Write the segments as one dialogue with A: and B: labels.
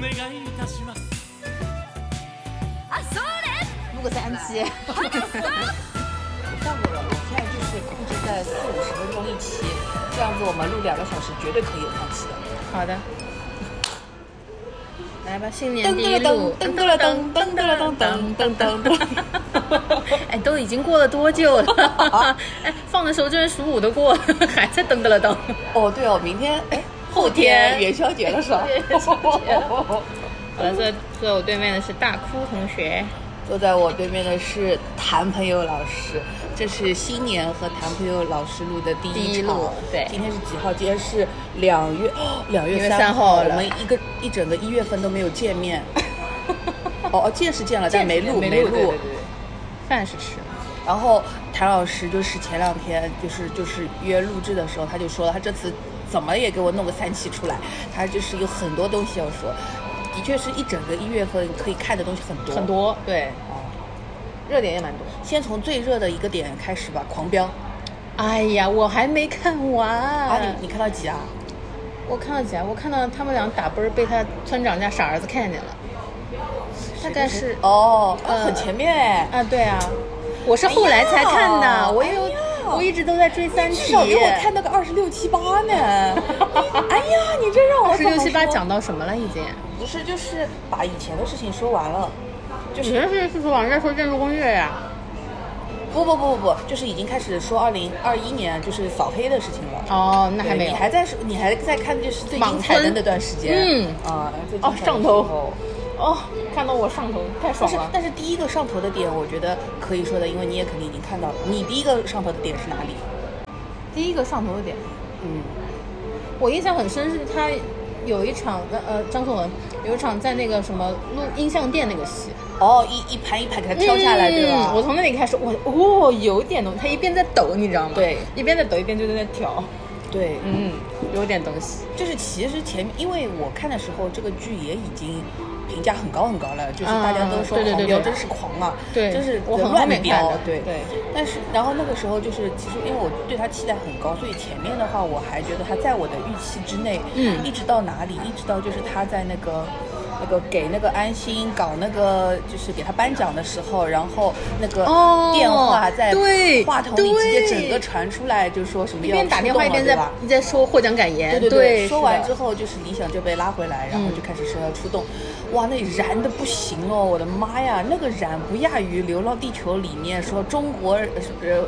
A: 願いいたします
B: 啊，それ。
C: 录个三期。
D: 效果了，我现在就是控制在四五十分钟一期，这样子我们录两个小时绝对可以有放弃的。
C: 好的。来吧，新
D: 噔
C: 年第一
D: 噔
C: 录。
D: 噔噔噔噔噔噔噔噔噔。
C: 哎，都已经过了多久 了？哎，放的时候正是数五都过了， 还在噔噔了噔。
D: 哦，对哦，明天哎，
C: 后天
D: 元宵节了是吧？
C: 好了，坐坐我对面的是大哭同学。
D: 坐在我对面的是谭朋友老师，这是新年和谭朋友老师录的第
C: 第一
D: 一场。
C: 录对
D: 今天是几号？今天是两月哦，两
C: 一
D: 月
C: 月
D: 三
C: 三号
D: 我
C: 了
D: 们一个一整个一月份都没有见 面。哦哦，见是见了，但没录，
C: 没
D: 录。
C: 对对对饭是吃了。
D: 然后谭老师就是前两天就是就是约录制的时候，他就说了，他这次怎么也给我弄个三期出来，他就是有很多东西要说，的确是一整个一月份可以看的东西很多
C: 很。多，对，
D: 哦
C: 热点也蛮多。
D: 先从最热的一个点开始吧，《狂飙》
C: 哎呀，我还没看完。
D: 啊，你你看到几啊？
C: 我看到几啊？我看到他们俩打啵儿被他村长家傻儿子看见了，大概是
D: 哦，啊
C: 呃
D: 很前面哎，
C: 啊，对啊，我是后来才看的，
D: 哎呀
C: 我有、
D: 哎呀
C: 我一直都在追《三体》，
D: 至少给我看到个二十六七八 呢。哎呀，你这让我
C: 二十
D: 怎么
C: 六七八
D: 说
C: 讲到什么了已经？
D: 不是就是把以前的事情说完了。
C: 就只是是说网站说《战术攻略》呀，
D: 不不不不不，就是已经开始说二零二一年就是扫黑的事情了。
C: 哦，那还
D: 对
C: 没有
D: 你。还在说，你还在看，就是最
C: 莽
D: 精彩的
C: 村
D: 那段时间。
C: 嗯
D: 啊，最精
C: 哦
D: 彩的
C: 上
D: 时
C: 头
D: 候
C: 哦，看到我上头，太
D: 但
C: 爽
D: 是
C: 了。
D: 但是第一个上头的点，我觉得可以说的，因为你也肯定已经看到了。你第一个上头的点是哪里？
C: 第一个上头的点，
D: 嗯，
C: 我印象很深是他有一场，呃呃，张颂文有一场在那个什么录音像店那个戏，
D: 哦，一一盘一盘给它挑下来，对吧？
C: 嗯我从那里开始，我哦，有点东西，他一边在抖，你知道吗？
D: 对
C: 一边在抖，一边就在那挑，
D: 对，
C: 嗯，有点东西。
D: 就是其实前面，因为我看的时候，这个剧也已经评价很高很高了，就是
C: 嗯
D: 大家都说
C: 对对
D: 狂
C: 对
D: 飙
C: 对
D: 真是狂啊，
C: 对
D: 真是
C: 我很后
D: 乱
C: 面看
D: 飙
C: 的，
D: 对
C: 对。
D: 但是然后那个时候就是，其实因为我对他期待很高，所以前面的话我还觉得他在我的预期之内，
C: 嗯
D: 一直到哪里，一直到就是他在那个。那个给那个安心搞那个就是给他颁奖的时候，然后那个
C: 哦
D: 电话在
C: 对
D: 话筒里直接
C: 对
D: 整个传出来，就说什么
C: 一
D: 要
C: 边打
D: 出
C: 电话
D: 动
C: 一
D: 了
C: 边
D: 对
C: 在
D: 吧
C: 在说获奖感言，
D: 对对
C: 对，
D: 说完之
C: 后，
D: 后就是李想就被拉回来，然后
C: 嗯
D: 就开始说要出动，哇，那燃的不行哦，我的妈呀，那个燃不亚于《流浪地球》里面说中国呃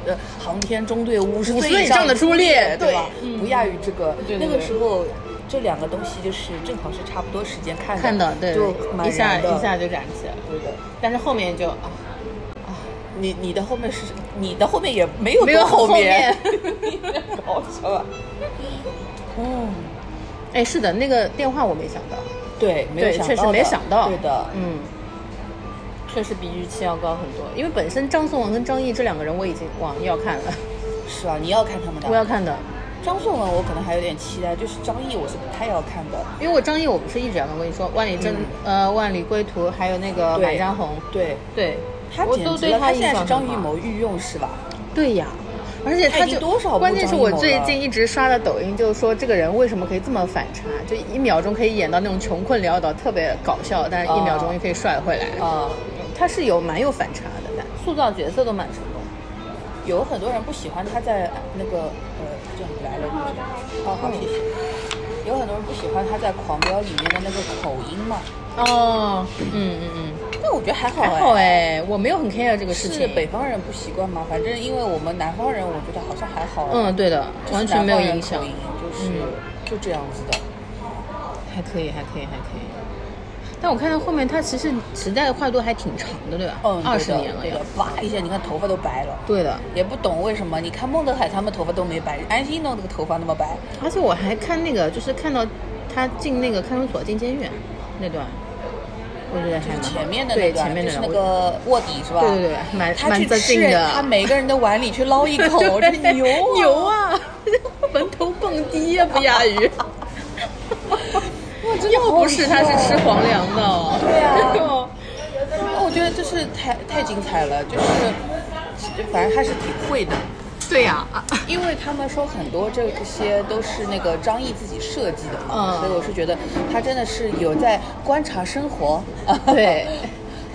D: 呃航天中队五十
C: 50
D: 岁
C: 以上的
D: 朱
C: 朱
D: 烈，
C: 烈
D: 对吧？
C: 对嗯
D: 不亚于这个，
C: 对对
D: 那
C: 对
D: 个时候。这两个东西就是正好是差不多时间看的，
C: 看的对，
D: 就蛮
C: 一下
D: 燃的
C: 一下就燃起来了，
D: 对的。
C: 但是后面就啊，
D: 你你的后面是，你的后面也没有
C: 没有
D: 多后
C: 后面
D: 搞笑啊！嗯，
C: 哎，是的，那个电话我没想到，
D: 对，没有
C: 对，
D: 想到
C: 确实
D: 的
C: 没想到，
D: 对的，
C: 嗯，确实比预期要高很多，因为本身张颂文跟张译这两个人我已经哇要看了，
D: 是啊，你要看他们的。
C: 我要看的，
D: 张颂文，我可能还有点期待，就是张译，我是不太要看的。
C: 因为我张译我不是一直要看，我跟你说万里征、呃万里归途，还有那个
D: 嗯对
C: 满江红，
D: 对，
C: 对，
D: 他
C: 我
D: 简
C: 都
D: 直
C: 对
D: 了，他
C: 印
D: 现在
C: 象
D: 是张
C: 很
D: 艺
C: 好
D: 谋御用是吧？
C: 对呀，而且
D: 他
C: 他
D: 已
C: 就
D: 经多少部
C: 关键是
D: 张
C: 我
D: 艺谋
C: 最
D: 了
C: 近一直刷的抖音，就是说这个人为什么可以这么反差，就一秒钟可以演到那种穷困潦倒，特别搞笑，但是一秒钟又可以帅回来。嗯
D: 啊、
C: 他是有蛮有反差的，但塑造角色都蛮成功。
D: 有很多人不喜欢他在那个呃，这样来了，
C: 哦
D: 好好谢谢。有很多人不喜欢他在《狂飙》里面的那个口音嘛，
C: 哦，嗯嗯嗯，
D: 但我觉得还好
C: 还好哎，我没有很 care 这个事
D: 是
C: 情。
D: 北方人不习惯嘛，反正因为我们南方人，我觉得好像还好。啊
C: 嗯，，对的，完全没有影响，嗯
D: 就是就这样子的。
C: 还可以，还可以，还可以。但我看到后面，他其实时代的跨度还挺长的，对吧？
D: 嗯，
C: 二
D: 对
C: 十
D: 的
C: 年了
D: 对
C: 呀
D: 的。，哇一下，你看头发都白了。
C: 对的，
D: 也不懂为什么，你看孟德海他们头发都没白，安心弄这个头发那么白，
C: 而且我还看那个，就是看到他进那个看守所、进监狱那段，我觉得还
D: 就是
C: 蛮好
D: 前面的那
C: 对
D: 段，
C: 前面
D: 就
C: 的
D: 是
C: 段
D: 那
C: 我
D: 个卧底是吧？
C: 对对对蛮
D: 他去
C: 蛮自
D: 吃
C: 信的
D: 他每个人的碗里去捞一口， 这牛啊
C: 牛！啊，坟头蹦迪呀、不 亚于。要不是他是吃皇粮的哦，
D: 啊 对啊
C: 哎呦
D: 我觉得就是太太精彩了，就是反正还是挺会的，
C: 对呀、啊，
D: 因为他们说很多这些都是那个张译自己设计的嘛，
C: 嗯
D: 所以我是觉得他真的是有在观察生活。
C: 对，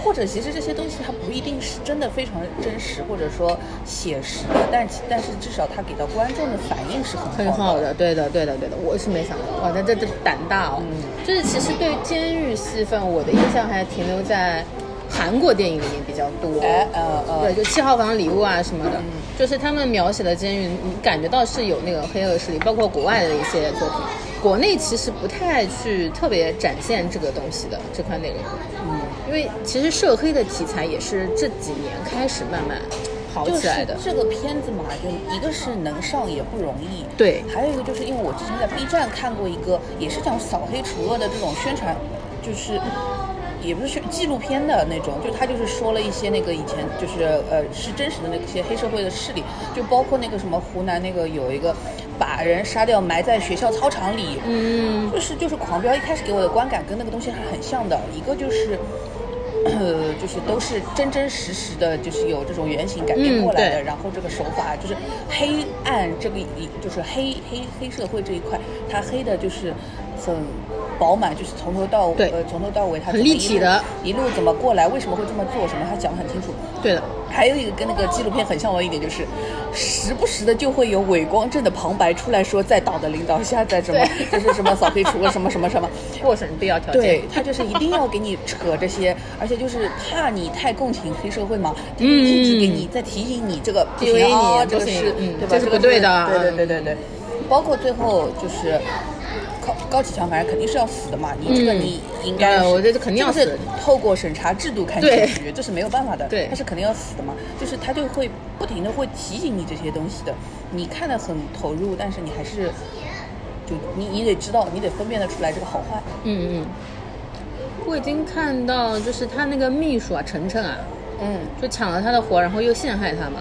D: 或者其实这些东西它不一定是真的非常真实，或者说写实的，但其但是至少它给到观众的反应是很好
C: 很好的，对的，对的，对的，我是没想到，哇，他这这胆大哦，
D: 嗯
C: 就是其实对监狱戏份，我的印象还停留在韩国电影里面比较多，
D: 哎呃呃
C: 对，，就七号房礼物啊什么
D: 嗯
C: 的，就是他们描写的监狱，你感觉到是有那个黑恶势力，包括国外的一些作品，国内其实不太去特别展现这个东西的这块内容，嗯，因为其实涉黑的题材也是这几年开始慢慢好
D: 呃就
C: 起
D: 是
C: 来的，
D: 这个片子嘛，就一个是能上也不容易，
C: 对
D: 还有一个就是因为我之前在 B 站看过一个，也是讲扫黑除恶的这种宣传，就是。也不是宣纪录片的那种，就他就是说了一些那个以前就是呃是真实的那些黑社会的势力，就包括那个什么湖南那个有一个把人杀掉埋在学校操场里，
C: 嗯。
D: 就是就是狂飙一开始给我的观感跟那个东西是很像的，一个就是。呃，就是都是真真实实的，就是有这种原型改编
C: 嗯
D: 过来的，
C: 对
D: 然后这个手法就是黑暗这个一就是黑黑黑社会这一块，它黑的就是很饱满，就是从头到
C: 对
D: 呃从头到尾它
C: 很
D: 怎么
C: 立
D: 一
C: 体
D: 路
C: 的，
D: 一路怎么过来，为什么会这么做，什么它讲得很清楚。
C: 嗯对的，
D: 还有一个跟那个纪录片很像的一点就是，时不时的就会有伪光正的旁白出来说，在党的领导下，在什么 就是什么扫黑除恶什么什么 什么，
C: 过审必要条件。
D: 对他就是一定要给你扯这些，而且就是怕你太共情黑社会嘛，他就
C: 嗯
D: 一直给你在提醒你这个不行
C: PUA 你
D: 啊，
C: 不
D: 这个
C: 行
D: 是
C: 嗯
D: 对吧？
C: 这是
D: 个
C: 不对的
D: 对对
C: 嗯
D: 对对对，包括最后就是。高高启强反正肯定是要死的嘛，你这个
C: 嗯
D: 你应该是、
C: 对我觉得肯定要死
D: 这个是透过审查制度看结
C: 对
D: 局，这是没有办法的，
C: 对
D: 他是肯定要死的嘛，就是他就会不停的会提醒你这些东西的，你看的很投入，但是你还是就你你得知道，你得分辨得出来这个好坏，
C: 嗯嗯。我已经看到，就是他那个秘书啊，晨晨啊，
D: 嗯。
C: 就抢了他的活，然后又陷害他嘛。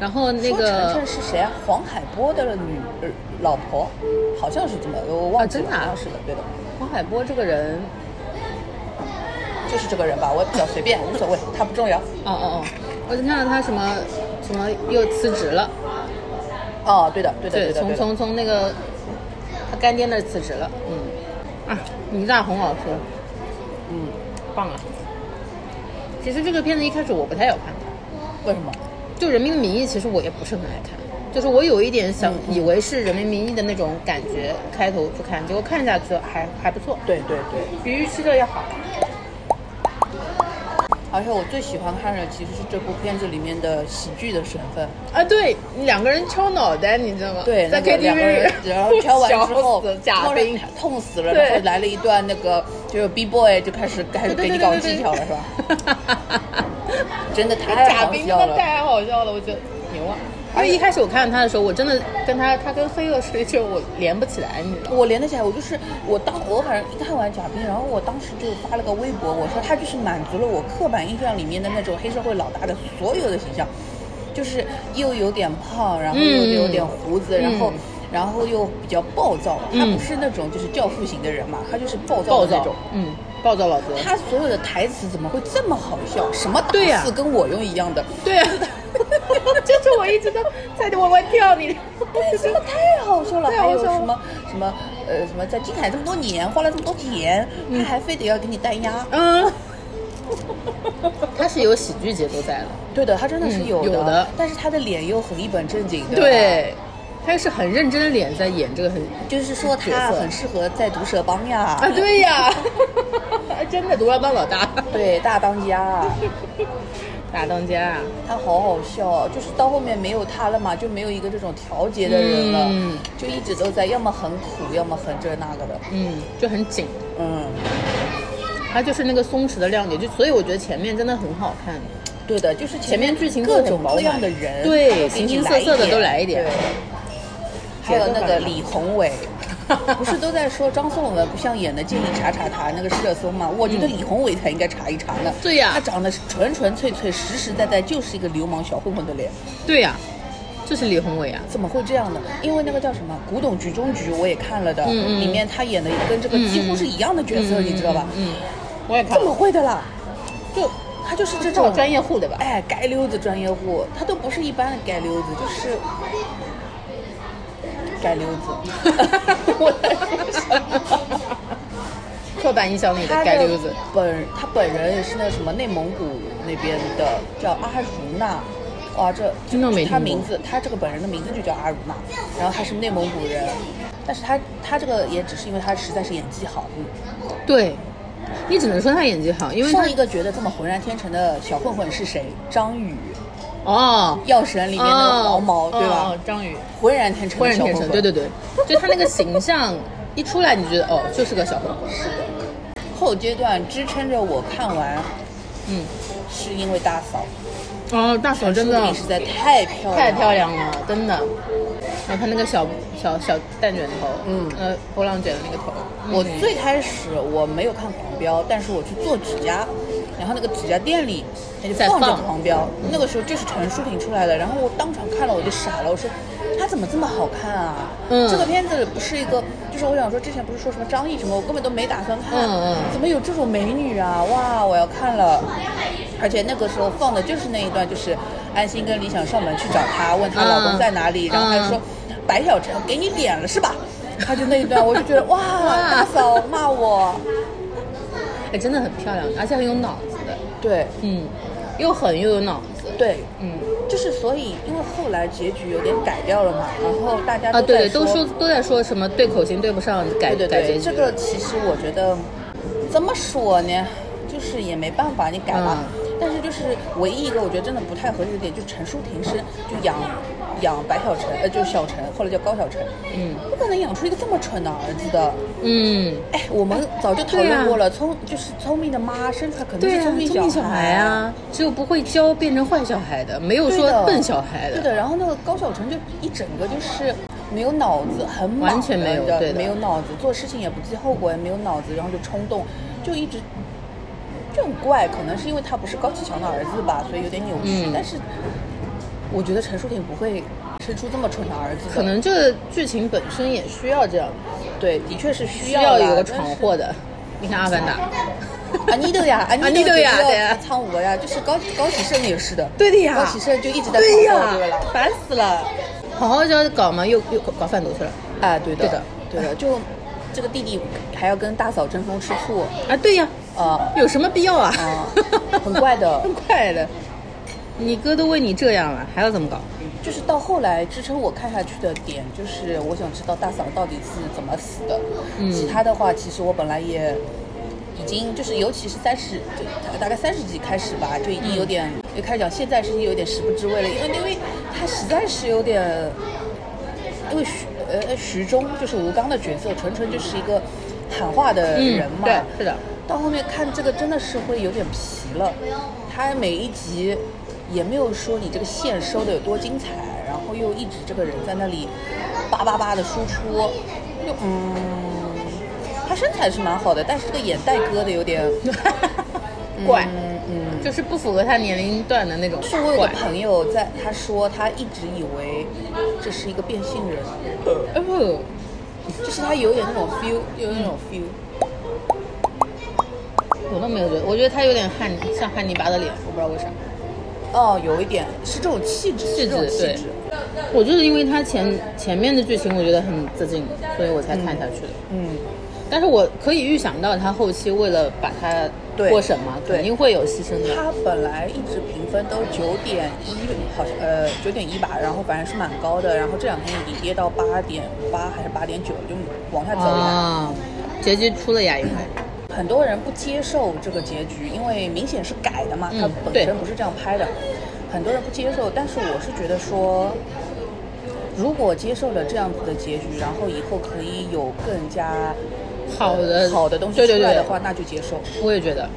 C: 然后那
D: 哎说晨
C: 个
D: 晨是谁啊？黄海波的女儿老婆，好像是这么，我忘记了，
C: 啊真的啊
D: 好像是的，对的，
C: 黄海波这个人，
D: 就是这个人吧，我也比较随便，无所谓，他不重要。
C: 哦哦哦，我就看到他什么什么又辞职了，
D: 哦，对的，对的，
C: 对，
D: 对的，
C: 从
D: 对的。
C: 从从那个他干爹那儿辞职了。嗯，啊，倪大红老师，
D: 嗯，
C: 棒啊！其实这个片子一开始我不太要看，
D: 为什么？
C: 就《人民的名义》，其实我也不是很爱看，就是我有一点想
D: 嗯
C: 以为是《人民名义》的那种感觉，开头去看，结果看下去还还不错，
D: 对对对，
C: 比预期的要好。
D: 而且我最喜欢看的其实是这部片子里面的喜剧的成分。
C: 啊，对，两个人敲脑袋，你知道吗？
D: 对，
C: 在
D: 那个
C: KTV
D: 两个人
C: 里，
D: 然 后挑完之后
C: 笑死，贾
D: 突然
C: 冰，
D: 痛死了，
C: 对
D: 然后来了一段那个就是 B boy 就开始开始给你搞技巧了，是吧？
C: 吧？
D: 真的太
C: 贾
D: 好
C: 冰真
D: 笑
C: 的
D: 了。
C: 太好笑了，我觉得牛啊！而且一开始我看到他的时候，我真的跟他，他跟黑恶势力这我连不起来，你知道吗？
D: 我连得起来，我就是我当我反正一看完贾冰，然后我当时就发了个微博，我说他就是满足了我刻板印象里面的那种黑社会老大的所有的形象，就是又有点胖，然后又
C: 嗯
D: 有点胡子，然后
C: 嗯
D: 然后又比较暴躁，他
C: 嗯
D: 不是那种就是教父型的人嘛，他就是暴躁
C: 暴
D: 的那
C: 躁
D: 种。，
C: 嗯，暴躁老哥，
D: 他所有的台词怎么会这么好笑？什么
C: 对呀
D: 档次跟我用一样的，
C: 对啊， 就是我一直都在往外跳你。
D: 对，哎真的 太好笑了。
C: 太
D: 还
C: 好
D: 有
C: 笑了
D: 什么什么呃什么，在金海这么多年，花了这么多钱，他还非得要给你带鸭。
C: 嗯，他是有喜剧节奏在的，
D: 对的，他真的是
C: 嗯
D: 有的，
C: 有的
D: 但是他的脸又很一本正经的。，
C: 对，他又是很认真的脸在演这个很
D: 就是说
C: 角
D: 他
C: 色
D: 很适合在毒蛇帮呀，
C: 啊，对呀， 真的独狼帮老大，
D: 对大当家，
C: 大当家啊，
D: 他好好笑哦，就是到后面没有他了嘛，就没有一个这种调节的人了，
C: 嗯
D: 就一直都在要么很苦，要么很这那个的，
C: 嗯，就很紧，
D: 嗯。
C: 他就是那个松弛的亮点，就所以我觉得前面真的很好看，
D: 对的，就是
C: 前面剧情都
D: 各
C: 很
D: 种
C: 饱
D: 各
C: 满
D: 样的人，
C: 对
D: 他都给
C: 形
D: 你
C: 形色
D: 来一
C: 色的都来一点
D: 对还有那个
C: 节奏感
D: 李宏伟， 不是都在说张颂文不像演的建议查查他那个热搜吗？我觉得李宏伟才应该查一查呢。
C: 嗯对呀
D: 他长得是纯纯粹粹、实实在在就是一个流氓小混混的脸，
C: 对呀，这是李宏伟啊，
D: 怎么会这样呢？因为那个叫什么《古董局中局》，我也看了的，
C: 嗯嗯
D: 里面他演的跟这个
C: 嗯嗯
D: 几乎是一样的角色，
C: 嗯
D: 你知道吧？
C: 嗯，我也看
D: 怎么会的啦？
C: 就
D: 他就是这
C: 这种
D: 种
C: 专业户对吧？
D: 哎，街溜子专业户，他都不是一般的街溜子，就是街溜 子。 我在说什么？
C: 刻板印象里
D: 他
C: 的街溜子，
D: 本他本人也是那什么内蒙古那边的，叫阿如娜。哇，这
C: 真的没听过
D: 他名字，他这个本人的名字就叫阿如娜，然后他是内蒙古人，但是他他这个也只是因为他实在是演技好，嗯，
C: 对，你只能说他演技好，因为他
D: 上一个觉得这么浑然天成的小混混是谁？张宇，
C: 哦，
D: 《药神》里面的
C: 哦
D: 黄毛，对吧？
C: 哦张宇，
D: 浑然天成
C: 浑
D: 的
C: 然
D: 小
C: 天
D: 混
C: 成，
D: 混，
C: 对对对，就他那个形象一出来，你觉得哦，就是个小混混，
D: 后阶段支撑着我看完，
C: 嗯，
D: 是因为大嫂，
C: 哦，大嫂真
D: 这部
C: 的
D: 电影实在太漂亮，
C: 太漂，亮了，真的。然后他那个小小小蛋卷头，
D: 嗯
C: 呃，波浪卷的那个头，
D: 我
C: 嗯
D: 最开始我没有看《狂飙》，但是我去做指甲，然后那个指甲店里他就
C: 在
D: 放着
C: 放
D: 《狂飙》，那个时候就是陈淑婷出来的，然后我当场看了我就傻了，我说她怎么这么好看啊？
C: 嗯
D: 这个片子不是一个，就是我想说之前不是说什么张译什么，我根本都没打算看，
C: 嗯嗯
D: 怎么有这种美女啊？哇，我要看了。而且那个时候放的就是那一段，就是安心跟李想上门去找她，问她老公在哪里，
C: 嗯
D: 然后她就说
C: 嗯
D: 白小晨给你脸了是吧？他就那一段，我就觉得 哇，大嫂骂我，
C: 哎，真的很漂亮，而且很有脑子的，
D: 对
C: 嗯，又狠又有脑子，
D: 对，
C: 嗯，
D: 就是所以，因为后来结局有点改掉了嘛，然后大家
C: 啊，
D: 在
C: 对对，都说都在说什么对口型对不上，改
D: 对对
C: 改结
D: 对，
C: 局
D: 这个其实我觉得怎么说呢，就是也没办法，你改吧。
C: 嗯
D: 但是就是唯一一个我觉得真的不太合适的点，就是陈淑婷是就养养白小晨，呃，就是小晨，后来叫高小晨，
C: 嗯
D: 不可能养出一个这么蠢的儿子的。
C: 嗯，
D: 哎，我们早就讨
C: 对啊
D: 论过了，聪、就是聪明的妈生出来肯定
C: 对
D: 是
C: 啊，聪
D: 明
C: 明小
D: 孩
C: 孩。啊，只有不会教变成坏小孩的，没有
D: 对
C: 说
D: 的
C: 笨小孩
D: 对的，然后那个高晓晨就一整个就是没有脑子，很莽
C: 完全没有
D: 你知道
C: 对的
D: 没有脑子，做事情也不计后果，也没有脑子，然后就冲动，就一直就很怪，可能是因为他不是高启强的儿子吧，所以有点扭曲。
C: 嗯
D: 但是我觉得陈淑婷不会生出这么蠢的儿子的，
C: 可能这个剧情本身也需要这样，
D: 对，的确是
C: 需
D: 需
C: 要
D: 要
C: 有个
D: 但
C: 闯
D: 是
C: 祸的。你看《阿凡达》，
D: 安妮豆呀， 安
C: 妮
D: 妮
C: 豆
D: 豆
C: 呀
D: 呀，啊
C: 对呀
D: 苍我呀，就是高高启盛也是的，
C: 对的呀
D: 高启盛就一直在
C: 对
D: 闯
C: 呀
D: 祸，对了，烦死了。
C: 好好教搞嘛，又又搞贩毒去了
D: 哎，对的，
C: 对的
D: 对的，就这个弟弟还要跟大嫂争风吃醋，
C: 啊！对呀，
D: 啊、
C: 有什么必要啊？
D: 啊很怪的
C: 很怪的。你哥都为你这样了，还要怎么搞？
D: 就是到后来支撑我看下去的点，就是我想知道大嫂到底是怎么死的。
C: 嗯
D: 其他的话，其实我本来也已经就是，尤其是三十，就大概三十几开始吧，就已经有
C: 嗯
D: 点、也开始讲现在是有点食不知味了，因为因为他实在是有点，因为徐呃徐忠就是吴刚的角色，纯纯就是一个喊话的人嘛，
C: 嗯对，是的，
D: 到后面看这个真的是会有点疲了，他每一集也没有说你这个线收的有多精彩，然后又一直这个人在那里叭叭叭的输出，就嗯，他身材是蛮好的，但是这个眼袋割的有点
C: 怪，
D: 嗯嗯。
C: 就是不符合他年龄段的那种
D: 是我有个
C: 怪。
D: 朋友在，他说他一直以为这是一个变性人，
C: 哦，
D: 就是他有点那种 feel，有那
C: 嗯
D: 种 feel。
C: 我倒没有觉得，我觉得他有点汉像汉尼拔的脸，我不知道为啥。
D: 哦，有一点是这种气质，是这种
C: 气质
D: 气
C: 对
D: 质。
C: 我就是因为他前前面的剧情我觉得很自尽，所以我才看下去的。
D: 嗯，
C: 但是我可以预想到他后期为了把他
D: 对
C: 过审嘛，
D: 对
C: 肯定会有牺牲的。
D: 它本来一直评分都九点一，好像呃九点一吧，然后反正是蛮高的，然后这两天已经跌到八点八还是八点九，就往下走了。
C: 啊，结局出了亚运会，
D: 很多人不接受这个结局，因为明显是改的嘛，
C: 嗯
D: 它本
C: 对
D: 身不是这样拍的，很多人不接受。但是我是觉得说，如果接受了这样子的结局，然后以后可以有更加
C: 好的
D: 好的东西
C: 对对
D: 出来
C: 对
D: 的话，那就接受。
C: 我也觉得，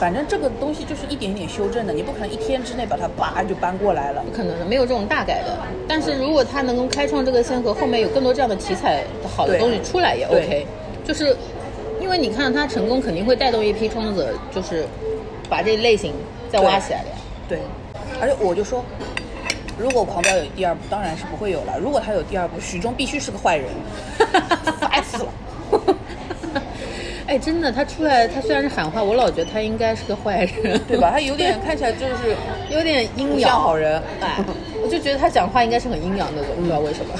D: 反正这个东西就是一点一点修正的，你不可能一天之内把它叭就搬过来了。
C: 不可能的，没有这种大改的。但是如果他能够开创这个先河，后面有更多这样的题材好的
D: 对
C: 东西出来也
D: 对
C: OK。就是因为你看他成功，肯定会带动一批创作者，就是把这类型再挖起来的呀。
D: 对，而且我就说，如果《狂飙》有第二部，当然是不会有了。如果他有第二部，许忠必须是个坏人，烦死了。
C: 哎，真的，他出来，他虽然是喊话，我老觉得他应该是个坏人，
D: 对吧？他有点看起来就是
C: 有点阴
D: 不
C: 阳
D: 像好人，嗯
C: 哎，我就觉得他讲话应该是很阴阳那种，不知道为什么，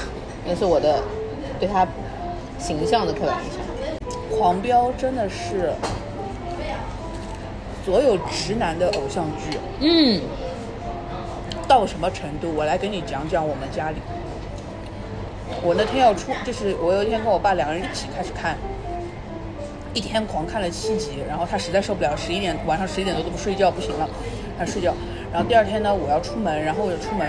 C: 也是我的对他形象的刻板印象。
D: 狂飙真的是所有直男的偶像剧，
C: 嗯，
D: 到什么程度？我来给你讲讲我们家里。我那天要出，就是我有一天跟我爸两个人一起开始看，一天狂看了七集，然后他实在受不了，十一点晚上十一点多都不睡觉，不行了，他睡觉。然后第二天呢，我要出门，然后我就出门，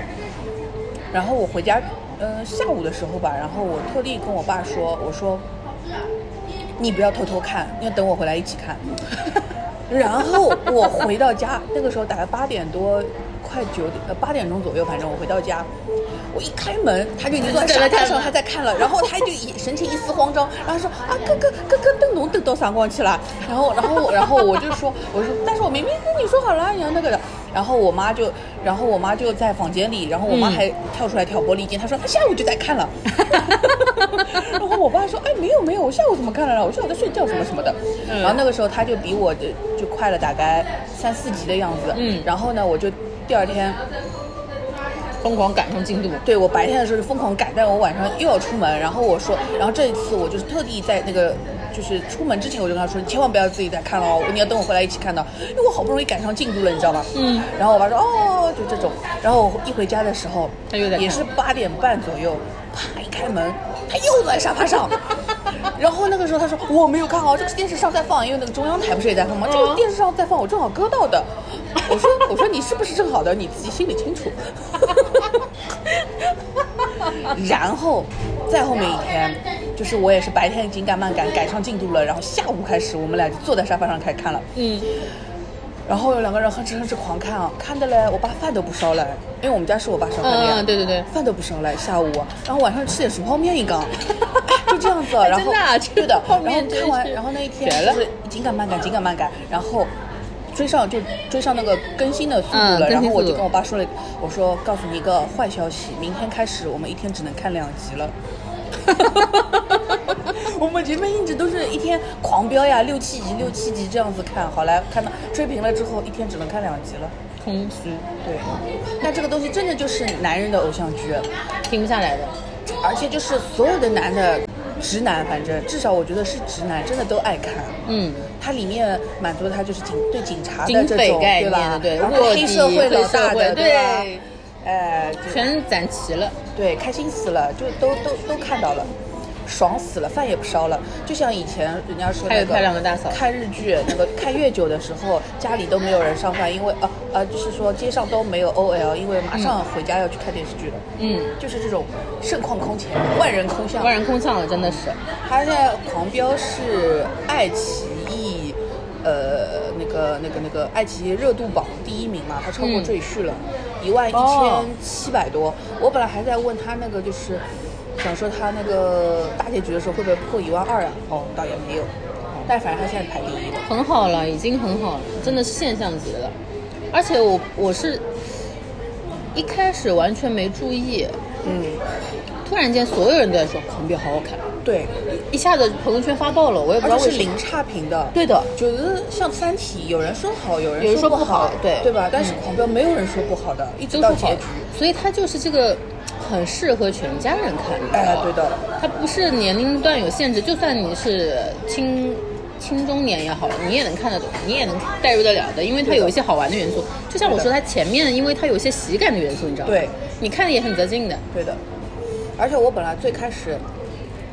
D: 然后我回家，呃，下午的时候吧，然后我特地跟我爸说，我说你不要偷偷看，要等我回来一起看。 然后我回到家， 那个时候大概八点多，快九点，呃八点钟左右，反正我回到家，我一开门，他就已经坐在沙发上，他在看了，然后他就一神情一丝慌张，然后说啊哥哥哥哥邓侬邓到上光去了，然后然后然后我就说我说，但是我明明跟你说好了，你要那个的，然后我妈就然后我妈就在房间里，然后我妈
C: 嗯
D: 还跳出来挑拨离间，她说她下午就在看了。 然后我爸说：“哎，没有没有，我下午怎么看了？我下午在睡觉什么什么的。
C: 嗯
D: 然后那个时候他就比我就就快了大概三四级的样子。
C: 嗯
D: 然后呢，我就第二天
C: 疯狂赶上进度，
D: 对我白天的时候就疯狂赶，但我晚上又要出门，然后我说，然后这一次我就是特地在那个就是出门之前我就跟他说，你千万不要自己再看了哦，你要等我回来一起看到，因为我好不容易赶上进度了，你知道吗？
C: 嗯。
D: 然后我爸说哦，就这种，然后我一回家的时候，
C: 他又在看
D: 也是八点半左右，啪一开门，他又坐在沙发上。 然后那个时候他说我没有看好，这个电视上在放，因为那个中央台不是也在放吗？这个
C: 嗯
D: 电视上在放，我正好割到的。我说我说你是不是正好的，你自己心里清楚。 然后再后面一天，就是我也是白天紧赶慢赶赶上进度了，然后下午开始我们俩就坐在沙发上开始看了。
C: 嗯，
D: 然后有两个人哼哧哼哧狂看啊，看的嘞，我爸饭都不烧嘞，因为我们家是我爸烧饭店，
C: 嗯嗯对对对
D: 饭都不烧嘞，下午，啊然后晚上吃点什么泡面一 缸，哎就这样子，然后
C: 真的
D: 对
C: 啊
D: 的，
C: 这个泡面
D: 然后
C: 真
D: 看完，
C: 是
D: 然后那一天
C: 绝了
D: 就是紧赶慢赶，紧赶慢赶，然后。追上就追上那个更新的速度了，
C: 嗯更新
D: 然后我
C: 速
D: 就
C: 度
D: 跟我爸说了，我说告诉你一个坏消息，明天开始我们一天只能看两集 了。我们前面一直都是一天狂飙呀，六七集六七集这样子看，好来看到追平了之后，一天只能看两集了。
C: 空虚，
D: 对，那这个东西真的就是男人的偶像剧，
C: 停不下来的。
D: 而且就是所有的男的直男，反正至少我觉得是直男，真的都爱看。
C: 嗯，
D: 它里面满足了他就是警对警察的
C: 警
D: 这
C: 匪
D: 种
C: 概
D: 对吧？
C: 念对
D: 然后
C: 卧
D: 黑
C: 底
D: 社会
C: 黑
D: 老大
C: 社会
D: 的吧
C: 对？
D: 哎，就
C: 全攒齐了。
D: 对，开心死了，就都都都看到了，爽死了，饭也不烧了。就像以前人家说、那个，
C: 还有漂亮的大嫂
D: 看日剧那个看越久的时候，家里都没有人上饭，因为呃呃，就是说街上都没有 OL，因为马上回家要去看电视剧了。
C: 嗯，
D: 就是这种盛况空前，万人空巷。
C: 万人空巷了，真的是。
D: 他现在狂飙是爱奇艺，呃，那个那个那个爱奇艺热度榜第一名嘛，他超过
C: 嗯
D: 赘婿了，一万一
C: 哦
D: 千七百多。我本来还在问他那个就是，想说他那个大结局的时候会不会破一万二啊？哦，倒也没有，但反正他现在排第一了。
C: 很好了，已经很好了，真的是现象级的了。而且我我是一开始完全没注意，
D: 嗯，
C: 突然间所有人都在说《狂飙》好好看，
D: 对，
C: 一下子朋友圈发爆了，我也不
D: 而
C: 知道
D: 且
C: 为
D: 是
C: 什么
D: 零。差评的。
C: 对的，
D: 就是像《三体》，有人说好，有人
C: 有人说
D: 不
C: 不好对
D: 对吧？但是
C: 嗯
D: 狂飙没有人说不好的，一直
C: 都
D: 到
C: 说
D: 结
C: 好
D: 局。，
C: 所以它就是这个很适合全家人看的。
D: 哎，对的。
C: 它不是年龄段有限制，就算你是青青中年也好，你也能看得懂，你也能代入得了的，因为它有一些好玩的元素。就像我
D: 对
C: 说，
D: 的
C: 它前面因为它有一些喜感的元素，你知道吗？
D: 对，
C: 你看的也很得劲的。
D: 对的，而且我本来最开始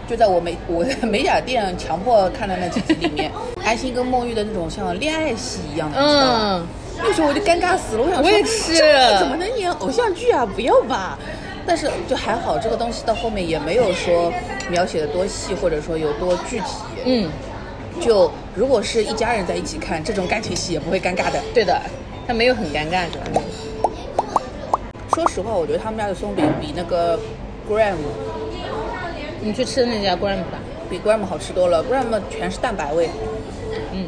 D: 就在我美我 的美甲店强迫看的那几集里 面，安心跟梦玉的那种像恋爱戏一样的，你知道吗？
C: 嗯，
D: 那时候我就尴尬死了，我想说
C: 我也是
D: 这个怎么能演偶像剧啊？不要吧。但是就还好，这个东西到后面也没有说描写的多细，或者说有多具体。
C: 嗯，
D: 就如果是一家人在一起看这种感情戏，也不会尴尬的。
C: 对的，它没有很尴尬的。
D: 说实话，我觉得他们家的松饼比那个 Gram
C: 你去吃那家关吧。
D: 比 Gram 好吃多了，Gram 全是蛋白味。
C: 嗯，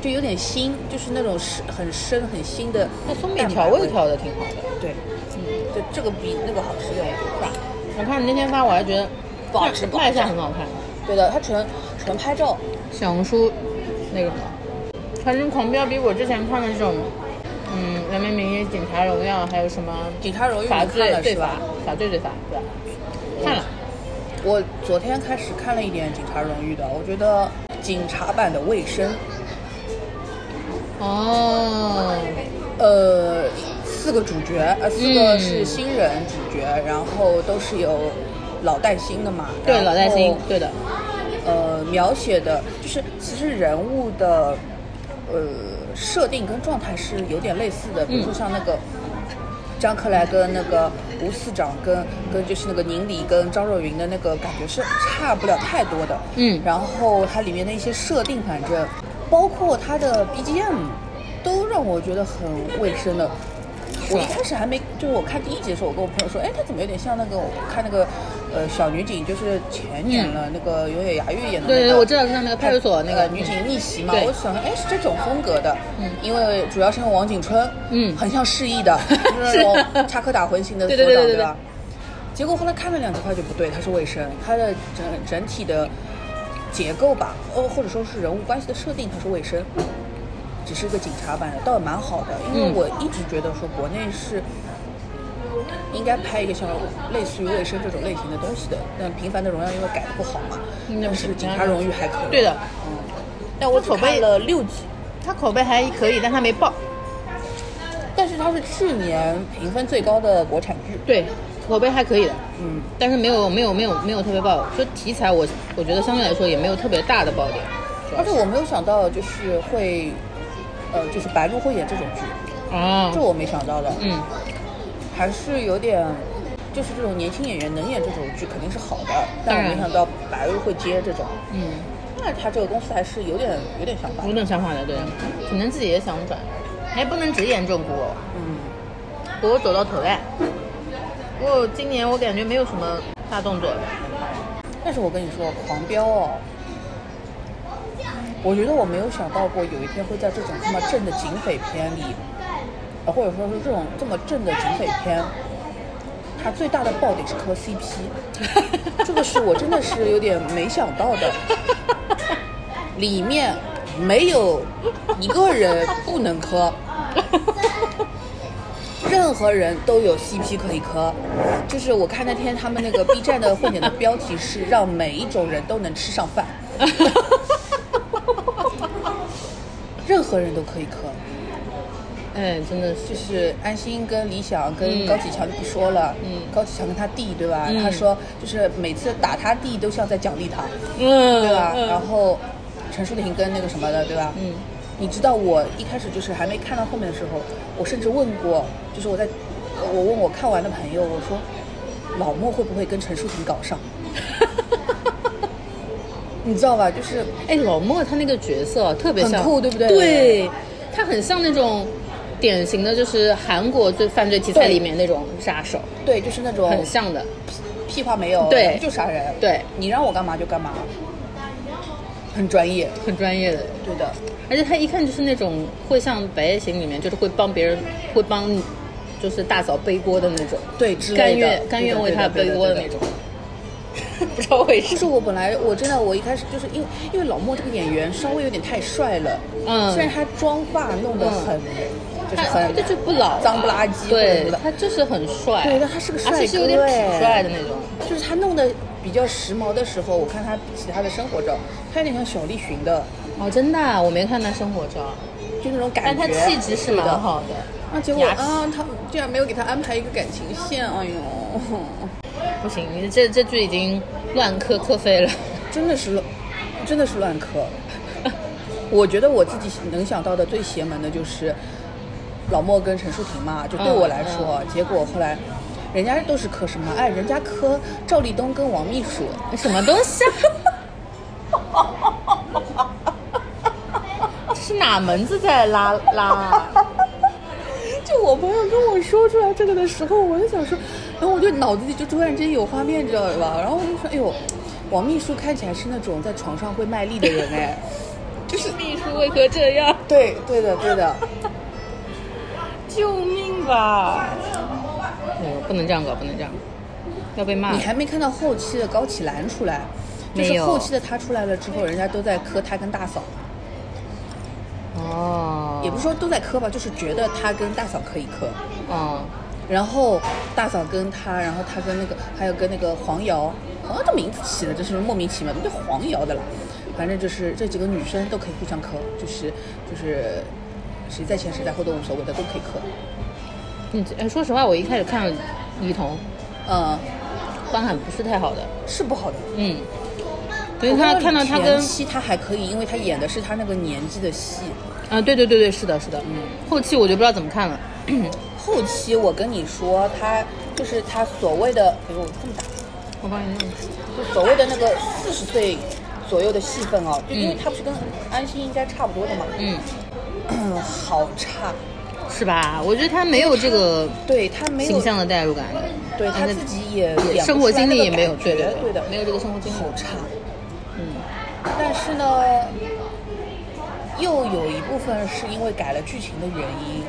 D: 就有点腥，就是那种是很深很腥的
C: 那松饼
D: 蛋白
C: 调味调的挺好的。
D: 对，嗯，对，这个比那个好吃点，我觉得。
C: 我看你那天发，我还觉得
D: 不好吃
C: 卖
D: 不好吃
C: 卖相很好看。
D: 对的，他纯纯拍照，
C: 小红书那个什么，《传人狂飙》比我之前看的这种，嗯，《人民名义》《警察荣耀》还有什么
D: 警察荣誉
C: 法
D: 你看
C: 罪
D: 了
C: 对
D: 是
C: 法
D: 吧？
C: 法罪对法对吧？看了，
D: 我昨天开始看了一点警察荣誉的，我觉得警察版的卫生，
C: 哦，
D: 呃，四个主角，呃，四个
C: 嗯
D: 是新人主角，然后都是有老带新的嘛。
C: 对
D: 然后
C: 老带新，对的，
D: 呃，描写的就是其实人物的呃设定跟状态是有点类似的，
C: 嗯
D: 比如说像那个。张克莱跟那个吴司长跟跟就是那个宁理跟张若昀的那个感觉是差不了太多的，
C: 嗯
D: 然后它里面的一些设定，反正包括它的 BGM，都让我觉得很卫生的。我
C: 是啊
D: 一开始还没，就是我看第一集的时候，我跟我朋友说，哎，它怎么有点像那个我看那个呃小女警，就是前年了、那个有野芽郁演的那个，
C: 对对对，我知道是像那个派出所那个
D: 呃女
C: 嗯
D: 警逆袭嘛，
C: 对
D: 我想哎是这种风格的，
C: 嗯
D: 因为主要是用王景春，
C: 嗯
D: 很像失忆 的，就是那种插科打诨型的
C: 对
D: 所
C: 对
D: 长，
C: 对对对
D: 吧？结果后来看了两集，发觉不对，它是卫生，它的整整体的结构吧，哦，或者说是人物关系的设定，它是卫生，只是一个警察版的，倒也蛮好的，因为
C: 嗯
D: 我一直觉得说国内是。应该拍一个像类似于卫生这种类型的东西的，但《平凡的荣耀》因为改的不好嘛，
C: 嗯
D: 但是《警察荣誉》还可以。
C: 对的，
D: 但我只
C: 口碑
D: 看了六集，
C: 他口碑还可以，但他没爆。
D: 但是它是去年评分最高的国产剧。
C: 对，口碑还可以的，
D: 嗯，
C: 但是没有没有没有没有特别爆，就题材我我觉得相对来说也没有特别大的爆点。
D: 而且我没有想到就是会，呃，就是白鹿会演这种剧，这
C: 哦，
D: 我没想到的，
C: 嗯，
D: 还是有点。就是这种年轻演员能演这种剧肯定是好的，但
C: 当然
D: 我没想到白鹿会接这种，
C: 嗯，
D: 那他这个公司还是有点有点想法
C: 有。点想法的，对，可能自己也想转，还不能只演正骨偶，
D: 嗯，
C: 骨偶走到头来。不过今年我感觉没有什么大动作，
D: 但是我跟你说，狂飙哦，我觉得我没有想到过有一天会在这种这么正的警匪片里，呃或者说是这种这么正的警匪片，它最大的爆点是磕 CP，这个是我真的是有点没想到的。里面没有一个人不能磕，任何人都有 CP 可以磕。就是我看那天他们那个 B 站的混剪的标题是让每一种人都能吃上饭，任何人都可以磕。
C: 哎，真的是，
D: 就是安心跟李想跟
C: 嗯
D: 高启强就不说了，
C: 嗯
D: 高启强跟他弟对吧？
C: 嗯
D: 他说就是每次打他弟都像在奖励他，
C: 嗯，
D: 对吧？
C: 嗯
D: 然后陈淑婷跟那个什么的，对吧？
C: 嗯，
D: 你知道我一开始就是还没看到后面的时候，我甚至问过，就是我在我问我看完的朋友，我说老莫会不会跟陈淑婷搞上？ 你知道吧？就是
C: 哎，老莫他那个角色啊特别
D: 很
C: 像，
D: 酷对不对
C: 对，他很像那种典型的，就是韩国罪犯罪题材
D: 对
C: 里面那种杀手，
D: 对，就是那种
C: 很像的。
D: 屁话没有，
C: 对
D: 然后就杀人，
C: 对，
D: 你让我干嘛就干嘛，很专业，
C: 很专业的，
D: 对的。
C: 而且他一看就是那种会像《白夜行》里面，就是会帮别人，会帮你，就是大嫂背锅的那种，
D: 对，之类的
C: 甘愿甘愿为他背锅的那。种， 不知道为
D: 就
C: 什
D: 是
C: 么。
D: 我本来我真的我一开始就是因为因为老莫这个演员稍微有点太帅了，
C: 嗯
D: 虽然他妆发弄得很，就是
C: 他
D: 很
C: 这就不老，
D: 脏不拉几或者什
C: 对
D: 么的
C: 他就是很帅，
D: 对但他是个帅
C: 而且是有点
D: 哥
C: 痞
D: 哎
C: 帅的那种，
D: 就是他弄得比较时髦的时候，我看他其他的生活照，他有点像小栗旬的，
C: 哦，真的啊、我没看他生活照，
D: 就那种感
C: 但
D: 觉。
C: 他气质是
D: 对
C: 蛮
D: 的。
C: 好的。
D: 啊，结果
C: 牙齿
D: 啊，他竟然没有给他安排一个感情线，哎呦，
C: 不行，你这这剧已经乱磕磕飞 了。
D: 真的是乱，真的是乱磕。 我觉得我自己能想到的最邪门的就是老莫跟陈淑婷嘛，就对我来说，结果后来人家都是磕什么？哎，人家磕赵立东跟王秘书，
C: 什么东西 啊？是哪门子在拉拉 啊？
D: 就我朋友跟我说出来这个的时候，我就想说，然后我就脑子里就突然之间有画面，知道吧？然后我就说，哎呦，王秘书看起来是那种在床上会卖力的人哎。
C: 就是秘书为何这样？
D: 对，对的，对的。
C: 救命吧！哎呦，不能这样搞，不能这样，要被骂
D: 你。还没看到后期的高启兰出来，就
C: 没
D: 是
C: 有
D: 后期的他出来了之后，人家都在磕他跟大嫂，
C: 哦，
D: 也不是说都在磕吧，就是觉得他跟大嫂可以磕。
C: 哦，
D: 然后大嫂跟他，然后他跟那个，还有跟那个黄瑶，黄瑶的名字起的真是莫名其妙，怎么叫黄瑶的了？反正就是这几个女生都可以互相磕，就是就是谁在前谁在后都无所谓的，都可以磕。
C: 你哎，说实话，我一开始看李彤
D: 嗯，
C: 观感不是太好的，
D: 是不好的。
C: 嗯，等于他看到他跟
D: 前期他还可以，因为他演的是他那个年纪的戏。
C: 啊，对对对对，是的，是的，嗯，后期我就不知道怎么看了，
D: 后期我跟你说，他就是他所谓的，哎呦这么大，
C: 我帮你弄，
D: 就所谓的那个四十岁左右的戏份哦，就因为他不是跟安心应该差不多的嘛，
C: 嗯，
D: 好差，
C: 是吧？我觉得他没有这个
D: 对他没有
C: 形，象的代入感，
D: 对他
C: 那
D: 自己也演不
C: 生活
D: 出来
C: 经
D: 那
C: 历
D: 个
C: 也没有，
D: 感
C: 对
D: 觉
C: 对
D: 对的，
C: 没有这个生活经历，
D: 好差。
C: 嗯，
D: 但是呢，又有一部分是因为改了剧情的原因，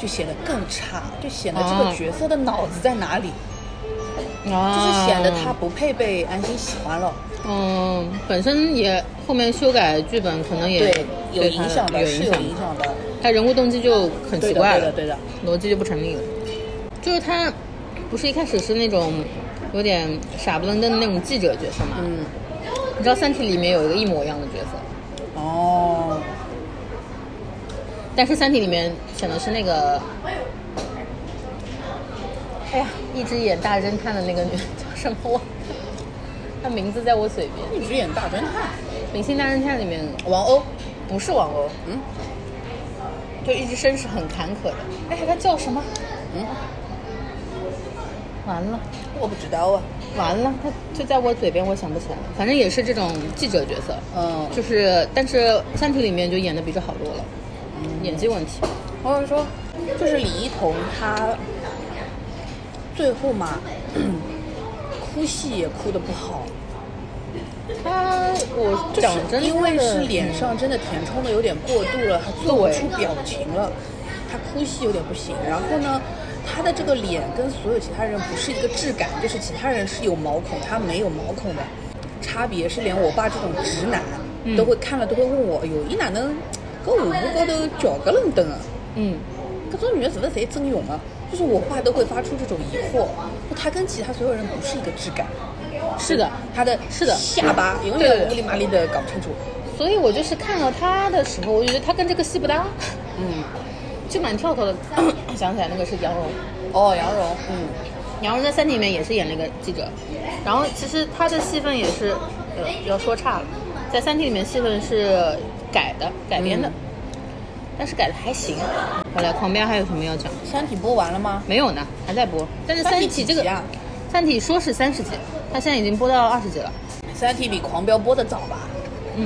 D: 就显得更差，就显得这
C: 哦
D: 个角色的脑子在哪里，就
C: 啊
D: 是显得他不配被安心喜欢了。
C: 嗯，本身也后面修改剧本可能哦也
D: 对，有
C: 对他
D: 影响的，
C: 有
D: 是
C: 影
D: 有
C: 响
D: 影响的。
C: 他人物动机就很奇怪了，
D: 对的对的
C: 逻辑就不成立了。就是他不是一开始是那种有点傻不愣登的那种记者角色嘛？
D: 嗯，
C: 你知道《三体》里面有一个一模一样的角色，
D: 哦，
C: 但是《三体》里面选的是那个
D: 哎呀，
C: 一直演大侦探的那个女叫什么我，她名字在我嘴边，
D: 一直演大侦探，
C: 《明星大侦探》里面
D: 王鸥，
C: 不是王鸥，
D: 嗯
C: 就一直身世很坎坷的。哎，她叫什么？
D: 嗯，
C: 完了。
D: 我不知道啊，
C: 完了，他就在我嘴边，我想不起来了。反正也是这种记者角色，
D: 嗯，
C: 就是但是《三体》里面就演的比这好多了，嗯演技问题。
D: 我是说，就是李一桐她最后嘛， 哭戏也哭的不好，
C: 他我
D: 就
C: 讲
D: 是
C: 真的，嗯
D: 因为是脸上真的填充的有点过度了，她做不
C: 对
D: 出表情了，她哭戏有点不行。然后呢，她的这个脸跟所有其他人不是一个质感，就是其他人是有毛孔，她没有毛孔的，差别是连我爸这种直男、
C: 嗯
D: 都会看了都会问我，有一男的搿下巴高头翘个愣登啊。
C: 嗯，
D: 搿种女的是勿是侪真勇啊？就是我爸都会发出这种疑惑，就她跟其他所有人不是一个质感，
C: 是的。
D: 她的
C: 是的嗯
D: 下巴永
C: 对对
D: 远
C: 对
D: 乌里麻里的搞不清楚，
C: 所以我就是看到他的时候，我就觉得他跟这个戏不搭，
D: 嗯，
C: 就蛮跳脱的。 想起来那个是杨蓉，
D: 哦，杨蓉，嗯，
C: 杨蓉在《三体》里面也是演了一个记者，然后其实她的戏份也是，呃，要说差了，在《三体》里面戏份是改的、改编的，
D: 嗯
C: 但是改的还行。好了，旁边还有什么要讲？
D: 《三体》播完了吗？
C: 没有呢，还在播。但是《
D: 三
C: 三
D: 体
C: 体》
D: 几
C: 这个，
D: 集啊
C: 三体》说是三十集，它现在已经播到二十集了。
D: 《三体》比《狂飙》播的早吧？
C: 嗯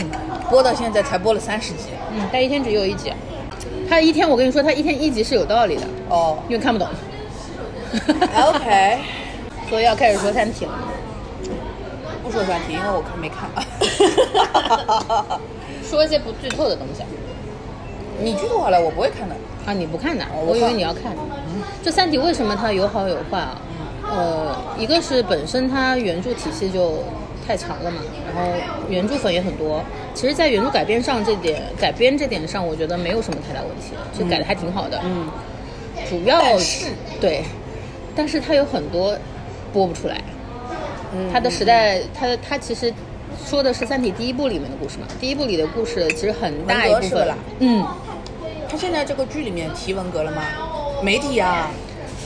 D: 播到现在才播了三十集，
C: 嗯，它一天只有一集，它一天我跟你说，它一天一集是有道理的，
D: 哦
C: 因为看不懂。
D: ，OK，
C: 所以要开始说《三体》了吗？
D: 不说《三体》，因为我看没 看，
C: 说一些不剧透的东西啊。
D: 你剧透好了，我不会看的，
C: 啊，你不看的啊？
D: 哦我
C: 我以为
D: 看
C: 你要看。这《三体》为什么它有好有坏啊？呃，一个是本身它原著体系就太长了嘛，然后原著粉也很多。其实，在原著改编上这点改编这点上，我觉得没有什么太大问题，就改的还挺好的。
D: 嗯，
C: 主要
D: 但是
C: 对，但是它有很多播不出来。
D: 嗯
C: 它的时代，它的它其实说的是《三体》第一部里面的故事嘛。第一部里的故事其实很大一
D: 文革
C: 部
D: 是的
C: 分
D: 啦，
C: 嗯，
D: 他现在这个剧里面提文革了吗？媒体啊，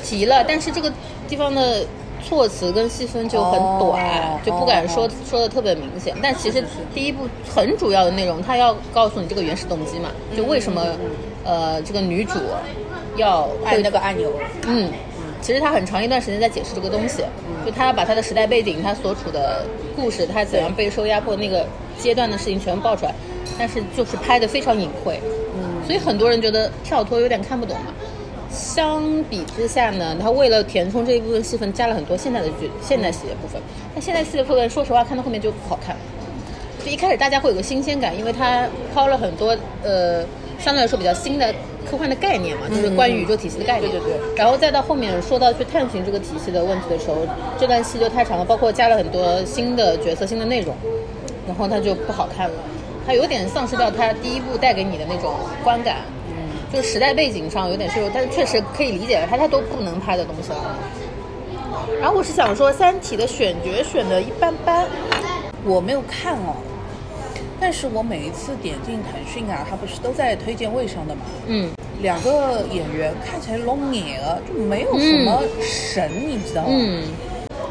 C: 提了，但是这个地方的措辞跟细分就很短，
D: 哦
C: 就不敢说、
D: 哦
C: 说的特别明显。但其实
D: 是是
C: 第一部很主要的内容，它要告诉你这个原始动机嘛，就为什么、呃这个女主要
D: 按
C: 会
D: 那个按钮，
C: 嗯，其实他很长一段时间在解释这个东西，就他把他的时代背景、他所处的故事、他怎样被受压迫那个阶段的事情全部爆出来，但是就是拍的非常隐晦，嗯，所以很多人觉得跳脱有点看不懂嘛。相比之下呢，他为了填充这一部分戏份，加了很多现代的剧、现代戏的部分。但现代戏的部分，说实话，看到后面就不好看了。就一开始大家会有个新鲜感，因为它抛了很多呃相对来说比较新的科幻的概念嘛，就是关于宇宙体系的概念。
D: 对对对。
C: 然后再到后面说到去探寻这个体系的问题的时候，这段戏就太长了，包括加了很多新的角色、新的内容，然后它就不好看了，它有点丧失掉它第一部带给你的那种观感。就时代背景上有点虚弱，但是确实可以理解它，它都不能拍的东西了。然后我是想说，《三体》的选角选的一般般，
D: 我没有看哦，但是我每一次点进腾讯啊，它不是都在推荐位上的嘛，
C: 嗯，
D: 两个演员看起来老眼了，就没有什么神，你知道吗？
C: 嗯，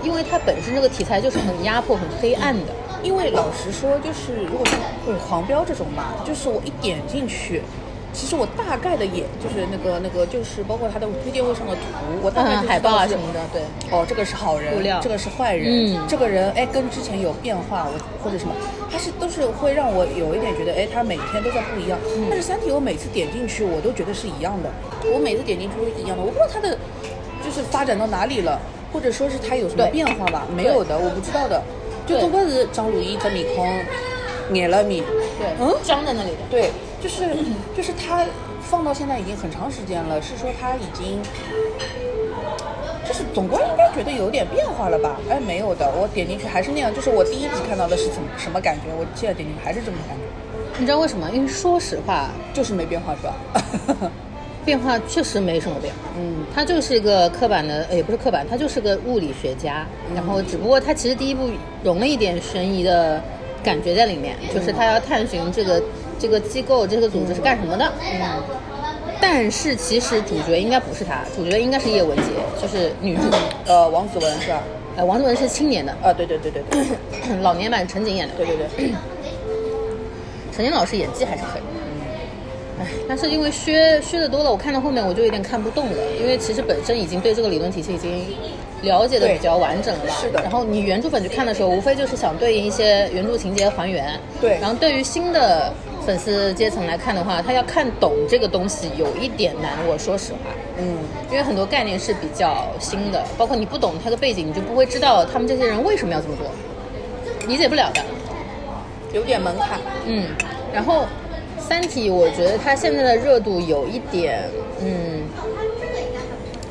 C: 因为它本身这个题材就是很压迫、很黑暗的。
D: 因为老实说，就是如果是狂飙这种吧，就是我一点进去，其实我大概的也就是那个那个就是包括它的推荐位上的图，我大概就
C: 嗯，
D: 知道
C: 海报啊
D: 是
C: 什么的，对，
D: 哦，这个是好人
C: 物料，
D: 这个是坏人，
C: 嗯
D: 这个人哎跟之前有变化，我或者什么，他是都是会让我有一点觉得哎他每天都在不一样。
C: 嗯
D: 但是《三体》我每次点进去我都觉得是一样的，我每次点进去都是一样的，我不知道他的就是发展到哪里了，或者说是他有什么
C: 对
D: 变化吧？没有的，我不知道的。就
C: 对
D: 总归是张鲁一跟米空，眼了米，
C: 对，
D: 嗯
C: 张在那里的。
D: 对，就是就是他放到现在已经很长时间了，是说他已经，就是总归应该觉得有点变化了吧？哎，没有的，我点进去还是那样，就是我第一集看到的是怎么什么感觉，我现在点进去还是这么感觉，
C: 你知道为什么？因为说实话，
D: 就是没变化是吧？
C: 变化确实没什么变化。
D: 嗯，
C: 他就是个刻板的，呃也不是刻板，他就是个物理学家。然后，只不过他其实第一部融了一点悬疑的感觉在里面，就是他要探寻这个这个机构、这个组织是干什么的。嗯。但是其实主角应该不是他，主角应该是叶文洁，就是女主。
D: 呃，王子文是吧？
C: 呃，王子文是青年 的，
D: 啊，对对对对对
C: 老年版陈瑾演的。
D: 对对对，
C: 陈瑾老师演技还是可以。唉，但是因为削削的多了，我看到后面我就有点看不动了，因为其实本身已经对这个理论体系已经了解的比较完整了吧。
D: 对是的
C: 然后你原著粉去看的时候，无非就是想对应一些原著情节还原。
D: 对
C: 然后对于新的粉丝阶层来看的话，他要看懂这个东西有一点难，我说实话。
D: 嗯，
C: 因为很多概念是比较新的，包括你不懂它的背景，你就不会知道他们这些人为什么要这么做，理解不了的。
D: 有点门槛，
C: 嗯，然后《三体》，我觉得它现在的热度有一点，嗯，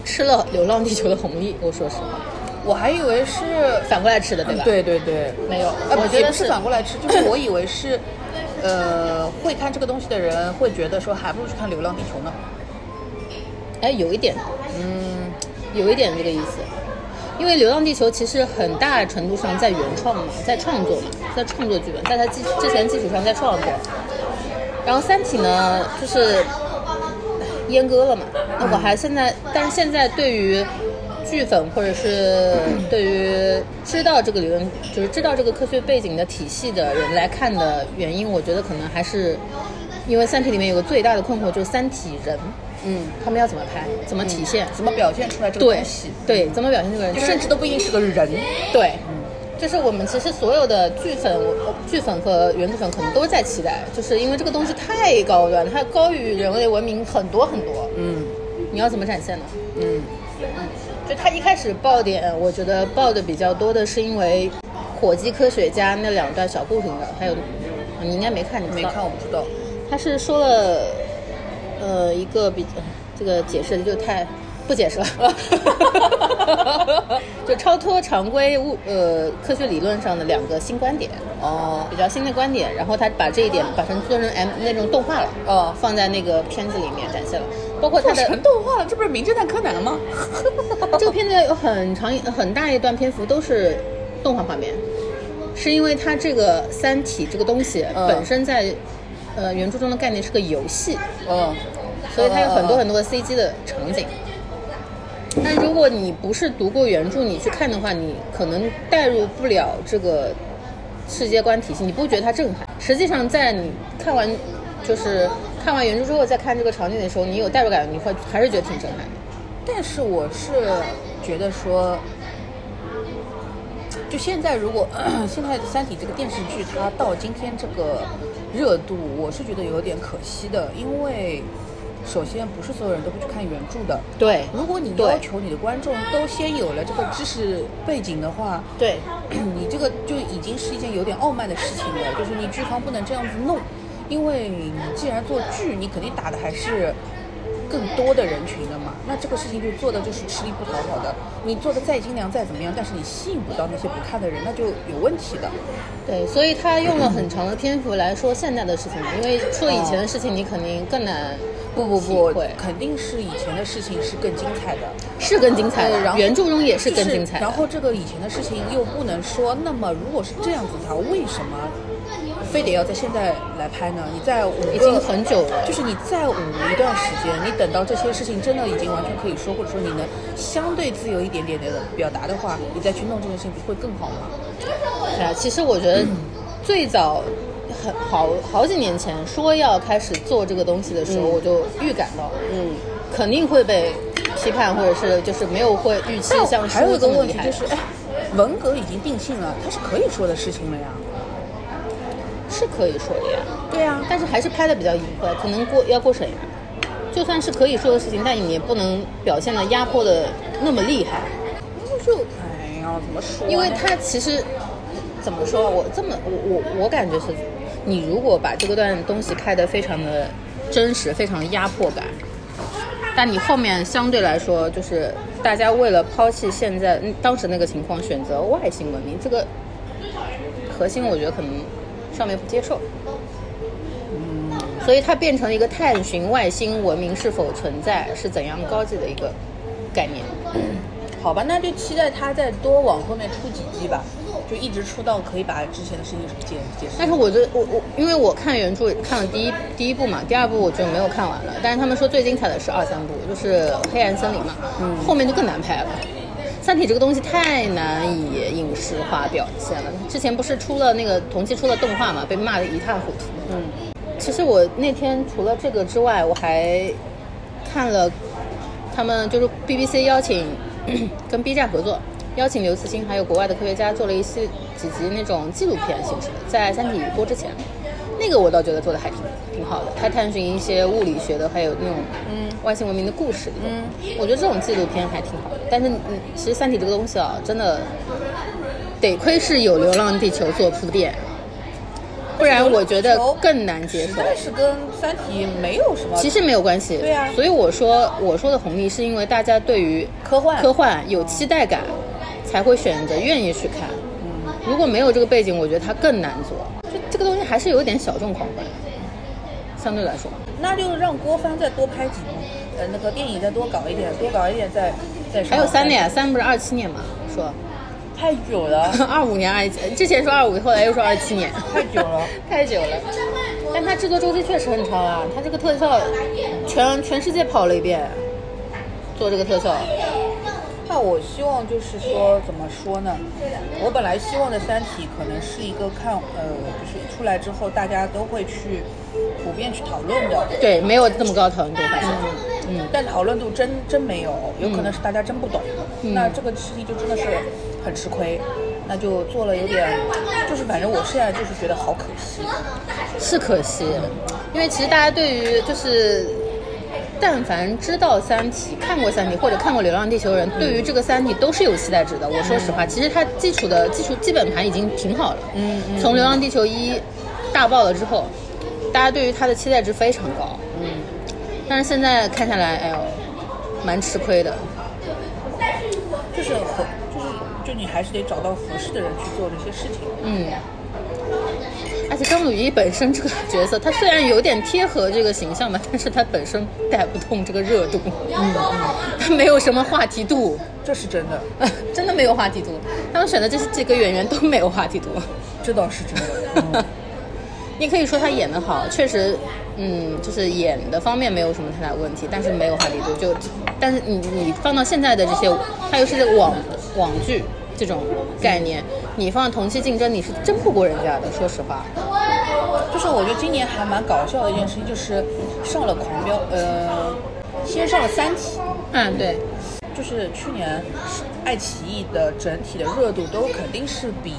C: 吃了《流浪地球》的红利，我说实话，
D: 我还以为是，
C: 反过来吃的，对吧？，
D: 对对对，
C: 没有，
D: 呃，
C: 我觉
D: 也
C: 得
D: 不是反过来吃，就是 我以为是，呃，会看这个东西的人会觉得说，还不如去看《流浪地球》呢。
C: 哎，有一点，嗯，有一点这个意思。因为《流浪地球》其实很大程度上在原创嘛，在创作嘛，在创作剧本，在它基之前基础上在创作。然后《三体》呢，就是阉割了嘛。那我还现在，但是现在对于剧粉或者是对于知道这个理论，就是知道这个科学背景的体系的人来看的原因，我觉得可能还是因为《三体》里面有个最大的困惑就是三体人。
D: 嗯，
C: 他们要怎么拍，怎么体现，
D: 怎么表现出来这个
C: 对
D: 东西？
C: 嗯对，怎么表现这个人，
D: 甚
C: 甚
D: 至
C: 至
D: 都不一定是个人。
C: 对，嗯就是我们其实所有的剧粉、我剧粉和原著粉可能都在期待，就是因为这个东西太高端，它高于人类文明很多很多，
D: 嗯
C: 你要怎么展现呢？
D: 嗯
C: 就他一开始爆点，我觉得爆的比较多的是因为火鸡科学家那两段小故事里面，还有你应该没看，你知
D: 没
C: 道
D: 看，我不知道。
C: 他是说了，呃，一个比这个解释就太不解释 了，就超脱常规物呃科学理论上的两个新观点，
D: 哦
C: 比较新的观点，然后他把这一点把成做成 M 那种动画了，
D: 哦
C: 放在那个片子里面展现了，包括他
D: 做
C: 的
D: 成动画了，这不是《名侦探柯南》吗？
C: 这个片子有很长一很大一段篇幅都是动画画面，是因为它这个《三体》这个东西
D: 嗯
C: 本身在、呃原著中的概念是个游戏，
D: 嗯，
C: 所以它有很多
D: 嗯
C: 很多的 CG 的场景。但如果你不是读过原著，你去看的话，你可能带入不了这个世界观体系，你不觉得它震撼。实际上，在你看完就是看完原著之后再看这个场景的时候，你有代入感，你会还是觉得挺震撼的。
D: 但是我是觉得说，就现在如果 现在《三体》这个电视剧它到今天这个热度，我是觉得有点可惜的，因为首先不是所有人都会去看原著的。
C: 对
D: 如果你
C: 对
D: 要求你的观众都先有了这个知识背景的话，
C: 对，
D: 你这个就已经是一件有点傲慢的事情了，就是你剧方不能这样子弄，因为你既然做剧，你肯定打的还是更多的人群的嘛。那这个事情就做的就是吃力不讨好的，你做的再精良再怎么样，但是你吸引不到那些不看的人，那就有问题的。
C: 对，所以他用了很长的篇幅来说现在的事情嘛，因为说以前的事情，你肯定更难
D: 不不
C: 体
D: 不
C: 会，
D: 肯定是以前的事情是更精彩的。
C: 是更精彩
D: 对然
C: 的，
D: 后
C: 呃原著中也是更
D: 就是
C: 精彩的。
D: 然后这个以前的事情又不能说，那么如果是这样子的话，为什么非得要在现在来拍呢？你在五个
C: 已经很久了，
D: 就是你再捂一段时间，你等到这些事情真的已经完全可以说，或者说你能相对自由一点点的表达的话，你再去弄这件事情，不会更好吗？
C: 对啊，其实我觉
D: 嗯
C: 得最早很好好几年前说要开始做这个东西的时候，
D: 嗯
C: 我就预感到
D: 嗯。
C: 肯定会被批判，或者是就是没有会预期像
D: 还有一
C: 书
D: 个
C: 这么
D: 问
C: 厉
D: 题
C: 害
D: 就是，哎，文革已经定性了，它是可以说的事情了呀。
C: 是可以说的呀，
D: 对啊呀
C: 但是还是拍的比较隐晦，啊可能过要过审呀。就算是可以说的事情，但你也不能表现的压迫的那么厉害，
D: 就哎呀，怎么说呢？
C: 因为它其实怎么说，我这么我我我感觉是，你如果把这个段东西拍的非常的真实，非常压迫感，但你后面相对来说，就是大家为了抛弃现在嗯当时那个情况，选择外星文明，这个核心我觉得可能上面不接受。所以它变成了一个探寻外星文明是否存在、是怎样高级的一个概念。
D: 好吧，那就期待他再多往后面出几集吧，就一直出到可以把之前的事情解解释。
C: 但是我觉得我我因为我看原著看了第一第一部嘛，第二部我就没有看完了。但是他们说最精彩的是二三部，就是《黑暗森林》嘛，后面就更难拍了。《三体》这个东西太难以影视化表现了。之前不是出了那个同期出了动画嘛，被骂得一塌糊涂。
D: 嗯，
C: 其实我那天除了这个之外，我还看了他们就是 BBC 邀请 跟 B 站合作，邀请刘慈欣还有国外的科学家做了一系几集那种纪录片形式的，在《三体》播之前，那个我倒觉得做的还挺挺好的。他探寻一些物理学的，还有那种
D: 嗯
C: 外星文明的故事里头
D: 嗯
C: 我觉得这种纪录片还挺好的。但是你其实《三体》这个东西啊，真的得亏是有《流浪地球》做铺垫。不然我觉得更难接
D: 实
C: 受。
D: 在是跟《三体》没有什么。
C: 其实没有关系，
D: 对啊
C: 所以我说我说的红利是因为大家对于
D: 科幻
C: 科幻有期待感，才会选择愿意去看。如果没有这个背景，我觉得它更难做。就这个东西还是有点小众狂欢，相对来说，
D: 那就让郭帆再多拍几部，呃，那个电影再多搞一点，多搞一点再再上。
C: 还有三年，三不是二七年嘛？说
D: 太久了，
C: 二五年二七，之前说二五，后来又说二七年，
D: 太久了。
C: 太久了。但它制作周期确实很长啊，它这个特效全全世界跑了一遍，做这个特效。
D: 那我希望就是说，怎么说呢？我本来希望的《三体》可能是一个看，呃，就是出来之后大家都会去普遍去讨论的，
C: 对，没有这么高讨论度，反正。嗯
D: 但讨论度真真没有，有可能是大家真不懂。
C: 嗯
D: 那这个事情就真的是很吃亏，那就做了有点，就是反正我现在就是觉得好可惜。
C: 是可惜，因为其实大家对于就是，但凡知道《三体》、看过《三体》或者看过《流浪地球》的人，对于这个《三体》都是有期待值的。我说实话，其实它基础的基础基本盘已经挺好了。
D: 嗯嗯
C: 从《流浪地球一》大爆了之后，大家对于它的期待值非常高。嗯，但是现在看下来，哎呦，蛮吃亏的。
D: 就是合，就是就你还是得找到合适的人去做这些事情。
C: 嗯，而且张鲁一本身这个角色，他虽然有点贴合这个形象吧，但是他本身带不动这个热度，嗯， 他没有什么话题度，
D: 这是真的，
C: 真的没有话题度。他们选的这几个演员都没有话题度。
D: 这倒是真的。嗯
C: 你可以说他演的好，确实，嗯，就是演的方面没有什么太大问题，但是没有话题度。就，但是你你放到现在的这些，它又是网网剧这种概念，你放同期竞争，你是争不过人家的。说实话，
D: 就是我觉得今年还蛮搞笑的一件事情，就是上了《狂飙》，呃，先上了《三体
C: 嗯，对。》，
D: 就是去年爱奇艺的整体的热度都肯定是比。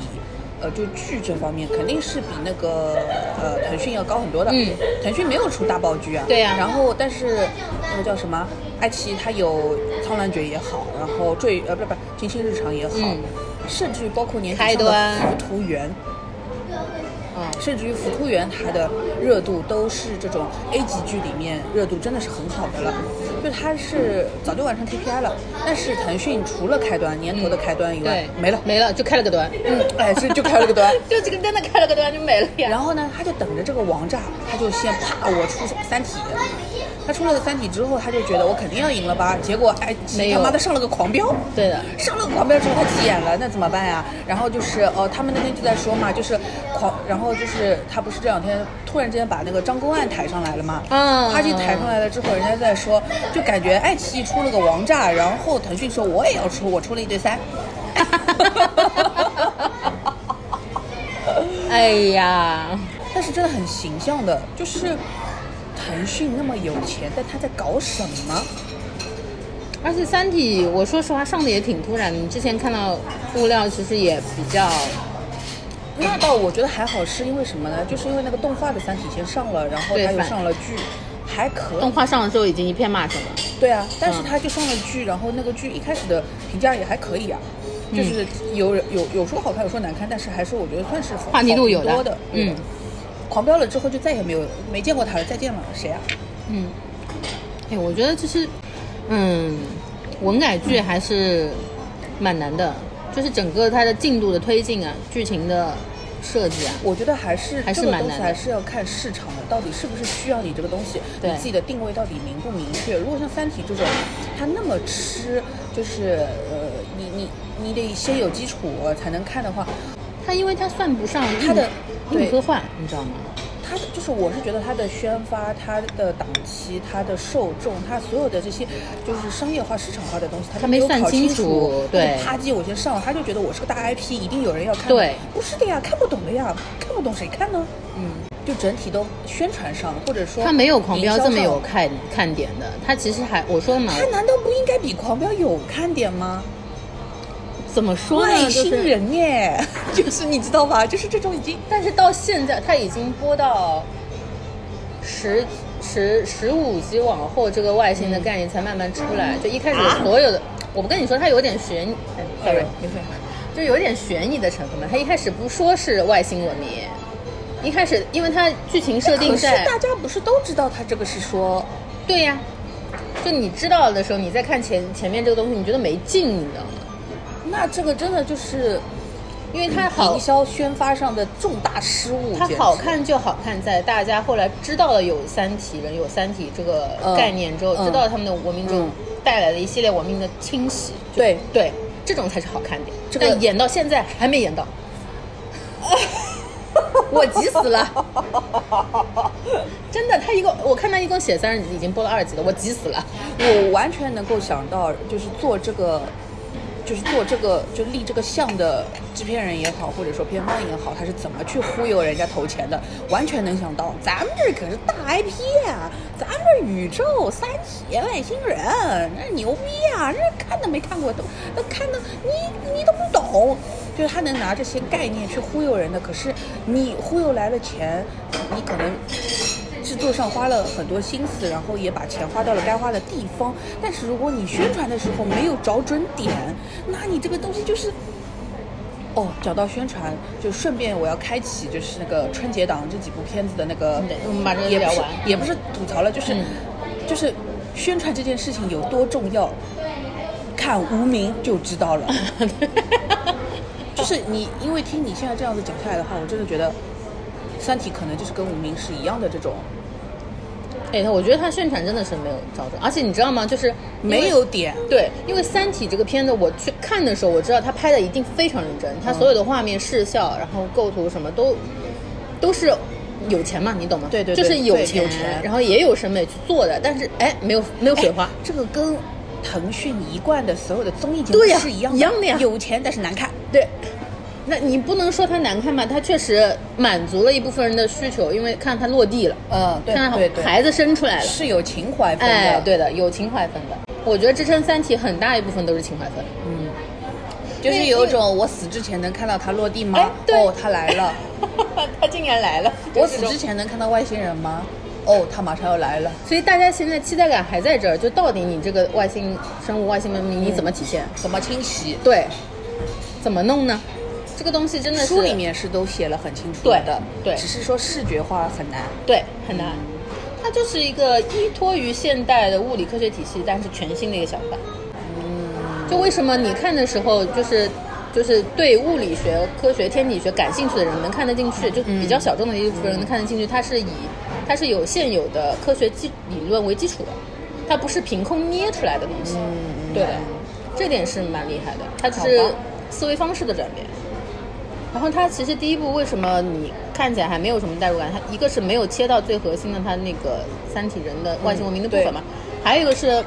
D: 呃，就剧这方面肯定是比那个呃腾讯要高很多的。
C: 嗯，
D: 腾讯没有出大爆剧啊。
C: 对呀
D: 然后，但是那个叫什么，爱奇艺它有《苍兰诀》也好，然后坠呃不是不是《金星日常》也好，
C: 嗯
D: 甚至于包括年底
C: 开
D: 上的《
C: 端
D: 浮屠缘》，
C: 嗯
D: 甚至于《浮屠缘》它的热度都是这种 A 级剧里面热度真的是很好的了。就它是早就完成 KPI 了，但是腾讯除了开端年头的开端以外
C: 对，，
D: 没了，
C: 没了，就开了个端，
D: 嗯，哎，这就开了个端。
C: 就这个真的开了个端就没了呀。
D: 然后呢，他就等着这个王炸，他就先啪，我出手《三体》，他出了《三体》之后，他就觉得我肯定要赢了吧？结果哎，
C: 没
D: 他
C: 有
D: 妈的上了个狂飙，
C: 对的
D: 上了个狂飙之后他急眼了，那怎么办呀？然后就是哦、呃他们那天就在说嘛，就是狂，然后就是他不是这两天突然之间把那个张公案抬上来了嘛？
C: 嗯
D: 他去抬上来了之后，人家在说，就感觉爱奇艺出了个王炸，然后腾讯说我也要出，我出了一对三。
C: 哎呀，
D: 但是真的很形象的，就是腾讯那么有钱，但他在搞什么？
C: 而且《三体》，我说实话上的也挺突然的。你之前看到物料，其实也比较
D: 那倒我觉得还好，是因为什么呢？就是因为那个动画的《三体》先上了，然后
C: 对
D: 他又
C: 反
D: 上了剧，还可以
C: 动。画上了之后已经一片骂声了。
D: 对啊，但是
C: 嗯
D: 他就上了剧，然后那个剧一开始的评价也还可以啊，
C: 嗯
D: 就是有人有有说好看，有说难看，但是还是我觉得算是好
C: 话题度有
D: 好评多
C: 的
D: 的，
C: 嗯
D: 嗯。狂飙了之后就再也没有没见过他了，再见了谁啊？
C: 嗯，哎，我觉得就是，嗯，文改剧还是蛮难的，就是整个它的进度的推进啊，剧情的设计啊，
D: 我觉得还是
C: 还是
D: 这个
C: 蛮
D: 东
C: 难
D: 西
C: 的
D: 还是要看市场的，到底是不是需要你这个东西，
C: 对
D: 你自己的定位到底明不明确。如果像《三体》这种，它那么吃，就是呃，你你你得先有基础才能看的话，
C: 它因为它算不上
D: 它的
C: 硬
D: 对
C: 硬科幻，你知道吗？
D: 它就是我是觉得它的宣发、它的档期、它的受众、它所有的这些就是商业化、市场化的东西，
C: 它
D: 它
C: 没
D: 有
C: 算
D: 搞
C: 清
D: 清
C: 楚对
D: 啪叽我先上了，他就觉得我是个大 IP，一定有人要看的。
C: 对
D: 不是的呀，看不懂的呀，看不懂谁看呢？
C: 嗯，
D: 就整体都宣传上，或者说
C: 它没有狂飙这么有
D: 营销上，
C: 看看点的，它其实还我说嘛，
D: 它难道不应该比狂飙有看点吗？
C: 怎么说
D: 外
C: 呢，
D: 星
C: 就是
D: 人耶， 就是你知道吧？就是这种已经
C: 但是到现在，它已经播到十十十五集往后，这个外
D: 嗯
C: 星的概念才慢慢出来。就一开始
D: 啊
C: 所有的，我不跟你说，它有点悬疑哎，sorry，
D: 没事。
C: 就有点悬疑的成分嘛。它一开始不说是外星文明，一开始因为它剧情设定
D: 哎可是
C: 在
D: 大家不是都知道他这个是说
C: 对呀、就你知道的时候，你再看前前面这个东西，你觉得没劲，你知道吗？
D: 那这个真的就是
C: 因为它好
D: 营销宣发上的重大失误。
C: 它
D: 简直
C: 好，看就好看在大家后来知道了有《三体》人有《三体》这个概念之后，
D: 嗯
C: 知道他们的文明中
D: 嗯
C: 带来的一系列文明的侵袭，
D: 对，
C: 对，这种才是好看点。
D: 这个
C: 但演到现在还 没演到，我急死了，真的，他一共我看他一共写三十集，已经播了二十集了，我急死了。
D: 我完全能够想到，就是做这个。就是做这个，就立这个项的制片人也好，或者说片方也好，他是怎么去忽悠人家投钱的，完全能想到。咱们这可是大 IP 啊，咱们这宇宙、三体、外星人，那牛逼啊！这看都没看过，都都看的你你都不懂。就是他能拿这些概念去忽悠人的，可是你忽悠来了钱，你可能制作上花了很多心思，然后也把钱花到了该花的地方。但是如果你宣传的时候没有找准点，那你这个东西就是。哦，找到宣传就顺便我要开启就是那个春节档这几部片子的那个
C: 对，我们把这个
D: 也不
C: 聊
D: 是
C: 完
D: 也不是吐槽了，就是、
C: 嗯
D: 就是宣传这件事情有多重要，看无名就知道 了。就是你，因为听你现在这样子讲下来的话，我真的觉得《三体》可能就是跟无名是一样的这种，
C: 哎，我觉得他宣传真的是没有找准，而且你知道吗？就是因为
D: 没有点。
C: 对，因为《三体》这个片子，我去看的时候，我知道他拍的一定非常认真，
D: 嗯
C: 他所有的画面、视效，然后构图什么都都是有钱嘛，你懂吗？
D: 对对对
C: 就是有
D: 对
C: 钱，
D: 有钱
C: 然后也有审美去做的，但是哎，没有没有水花
D: 哎，这个跟腾讯一贯的所有的综艺节目
C: 对呀
D: 是一样
C: 一样的呀
D: 有钱但是难看。
C: 对。那你不能说它难看吧？它确实满足了一部分人的需求，因为看它落地了，
D: 嗯，对
C: 看
D: 对
C: 它孩
D: 对，
C: 子生出来了，
D: 是有情怀分的。
C: 哎，对的，有情怀分的。我觉得支撑《三体》很大一部分都是情怀 分。
D: 就是有一种我死之前能看到他落地
C: 哎
D: 吗？
C: 对
D: 哦，他来 了。
C: 他竟然来了，
D: 我死之前能看到外星人吗？哦，他马上要来了，
C: 所以大家现在期待感还在这儿，就到底你这个外星生物、外星文明你怎么体现？
D: 怎么清洗？
C: 对，怎么弄呢？这个东西真的是
D: 书里面是都写了很清楚
C: 对
D: 的，
C: 对
D: 只是说视觉化很难。
C: 对很难。它就是一个依托于现代的物理科学体系，但是全新的一个想法。就为什么你看的时候，就是就是对物理学、科学、天体学感兴趣的人能看得进去，
D: 嗯
C: 就比较小众的一部分人能看得进去。它是以它是有现有的科学基理论为基础的，它不是凭空捏出来的东西。对的，这点是蛮厉害的。它只是
D: 嗯好吧
C: 思维方式的转变。然后它其实第一部为什么你看起来还没有什么代入感？它一个是没有切到最核心的它那个三体人的外星文明的部分嘛，还有一个是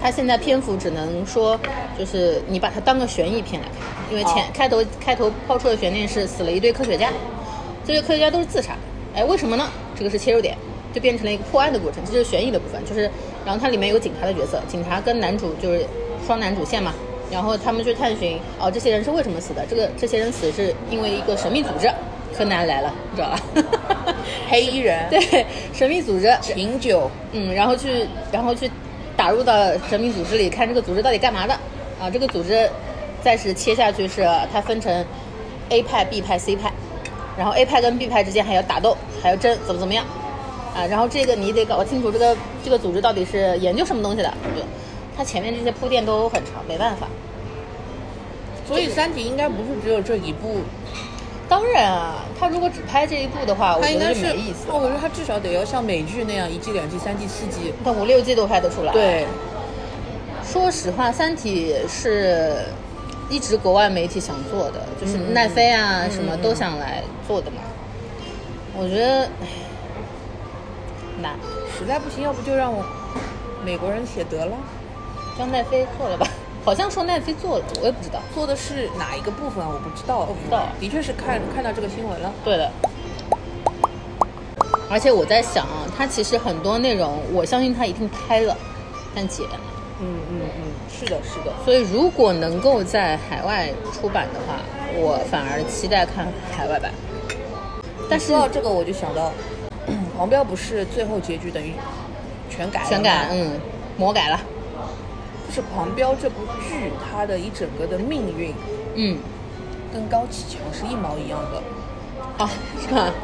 C: 它现在篇幅只能说就是你把它当个悬疑片来看，因为前、
D: 哦
C: 开头开头抛出的悬念是死了一堆科学家，这些科学家都是自杀，哎，为什么呢？这个是切入点。就变成了一个破案的过程，这就是悬疑的部分。就是，然后它里面有警察的角色，警察跟男主就是双男主线嘛，然后他们去探寻哦，这些人是为什么死的？这个这些人死是因为一个神秘组织，柯南来了，你知道吧？
D: 黑衣人、
C: 对，神秘组织，
D: 饮酒，
C: 嗯，然后去然后去打入到神秘组织里，看这个组织到底干嘛的啊？这个组织再是切下去是它分成 A 派、B 派、C 派，然后 A 派跟 B 派之间还要打斗，还要争怎么怎么样啊？然后这个你得搞清楚这个这个组织到底是研究什么东西的，对，它前面这些铺垫都很长，没办法。
D: 所以《三体》应该不是只有这一部，
C: 当然啊，他如果只拍这一部的话，我
D: 它
C: 觉
D: 应该
C: 得
D: 是
C: 就没意思
D: 哦，
C: 了。
D: 我觉得它至少得要像美剧那样一季、两季、三季、四季。
C: 他五六季都拍得出来。，
D: 对，
C: 说实话，《三体》是一直国外媒体想做的，就是奈飞啊什么都想来做的嘛。我觉得唉难，
D: 实在不行，要不就让我美国人写得了。
C: 让奈飞做了吧。好像说奈飞做了，我也不知道。
D: 做的是哪一个部分，我不知道，我不
C: 知道
D: 的确是看看到这个新闻了。
C: 对的。而且我在想啊，他其实很多内容，我相信他一定拍了，但剪了。
D: 嗯嗯嗯，是的，是的。
C: 所以如果能够在海外出版的话，我反而期待看海外版。但是
D: 说到这个，我就想到，黄标不是最后结局等于全改了吗
C: 全改，嗯，魔改了，
D: 就是《狂飙》这部剧，它的一整个的命运
C: 嗯，
D: 跟高启强是一毛一样的，
C: 啊，是吧？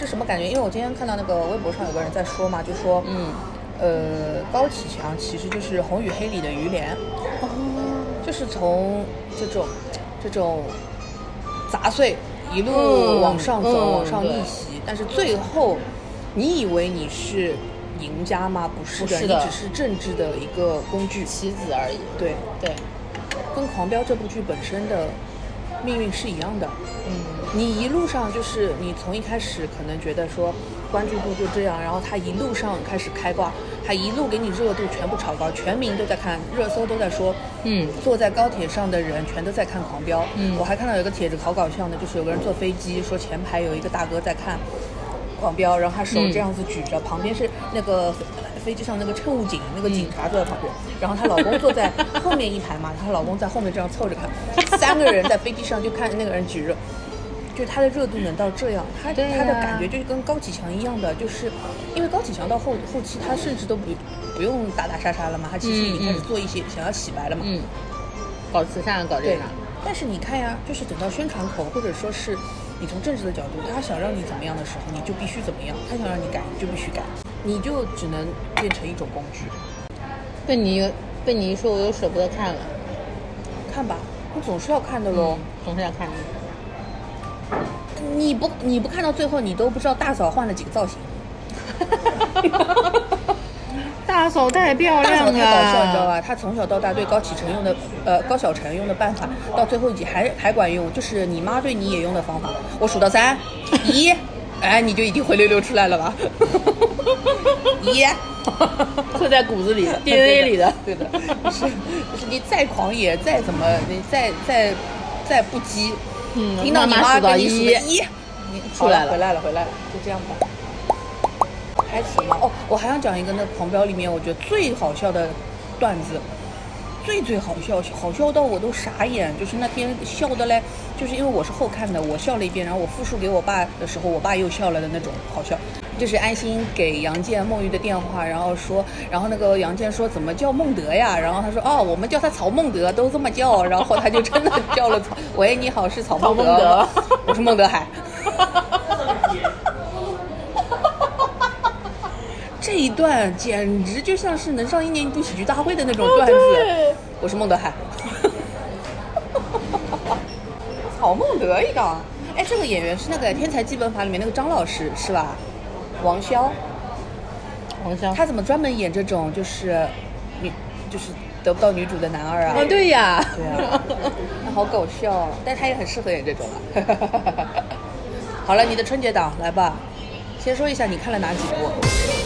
D: 是什么感觉？因为我今天看到那个微博上有个人在说嘛，就说，
C: 嗯，
D: 呃，高启强其实就是《红与黑》里的于连，
C: 哦
D: 就是从这种这种杂碎一路
C: 嗯
D: 往上走，
C: 嗯
D: 往上逆
C: 对
D: 袭，但是最后你以为你是赢家吗？不是的，
C: 不是的
D: 你只是政治的一个工具。
C: 棋子而已。
D: 对，
C: 对，
D: 跟《狂飙》这部剧本身的命运是一样的。
C: 嗯，
D: 你一路上就是你从一开始可能觉得说关注度就这样，然后他一路上开始开挂，他一路给你热度全部炒高，全民都在看，热搜都在说，
C: 嗯
D: 坐在高铁上的人全都在看《狂飙》。
C: 嗯
D: 我还看到有一个帖子好搞笑呢，就是有个人坐飞机，说前排有一个大哥在看。狂飙，然后他手
C: 嗯
D: 这样子举着，旁边是那个呃飞机上那个乘务警，那个警察坐在旁边，
C: 嗯
D: 然后她老公坐在后面一排嘛，她老公在后面这样凑着看，三个人在飞机上就看那个人举着，就是他的热度能到这样，他、
C: 对呀
D: 他的感觉就是跟高启强一样的，就是因为高启强到后后期他甚至都不不用打打杀杀了嘛，他其实已经开始
C: 嗯嗯
D: 做一些、想要洗白了嘛，
C: 嗯，搞慈善，搞这
D: 对
C: 个。。
D: 但是你看呀，就是等到宣传口，或者说是你从政治的角度，他想让你怎么样的时候，你就必须怎么样；他想让你改，你就必须改，你就只能变成一种工具。
C: 被你被你一说，我又舍不得看了。
D: 看吧，你总是要看的喽。
C: 总是要看的。
D: 你不你不看到最后，你都不知道大嫂换了几个造型。
C: 大嫂太漂啊
D: 大嫂太搞笑，你知道
C: 吧？
D: 吧？她从小到大对高启程用的，呃，高晓晨用的办法，到最后一集还还管用，就是你妈对你也用的方法。我数到三，一， 哎，你就已经灰溜溜出来了吧？ 一，
C: 刻在骨子里的
D: 对
C: ，DNA 里的。
D: 对的，就是就是你再狂野，再怎么，你再再再不羁，
C: 嗯
D: 听到你
C: 妈妈
D: 妈
C: 数到
D: 跟你数
C: 一
D: 的一，你
C: 出来
D: 好
C: 了
D: 回来了，回来了，就这样吧。还行吧。哦，我还想讲一个那《狂飙》里面我觉得最好笑的段子，最最好笑，好笑到我都傻眼。就是那天笑的嘞，就是因为我是后看的，我笑了一遍，然后我复述给我爸的时候，我爸又笑了的那种好笑。就是安心给杨建梦玉的电话，然后说，然后那个杨建说怎么叫孟德呀？然后他说哦，我们叫他曹孟德，都这么叫。然后他就真的叫了曹， 喂，你好，是曹孟德
C: 曹孟
D: 吗，
C: 德
D: 我是孟德海。一段简直就像是能上一年一度喜剧大会的那种段子。
C: 对
D: 我是孟德海，好孟德一个。哎，这个演员是那个《天才基本法》里面那个张老师是吧？王骁，
C: 黄潇，
D: 他怎么专门演这种就是女就是得不到女主的男二啊？
C: 哦，对呀，
D: 对啊， 那好搞笑、哦，但他也很适合演这种啊 了。好了，你的春节档来吧，先说一下你看了哪几部？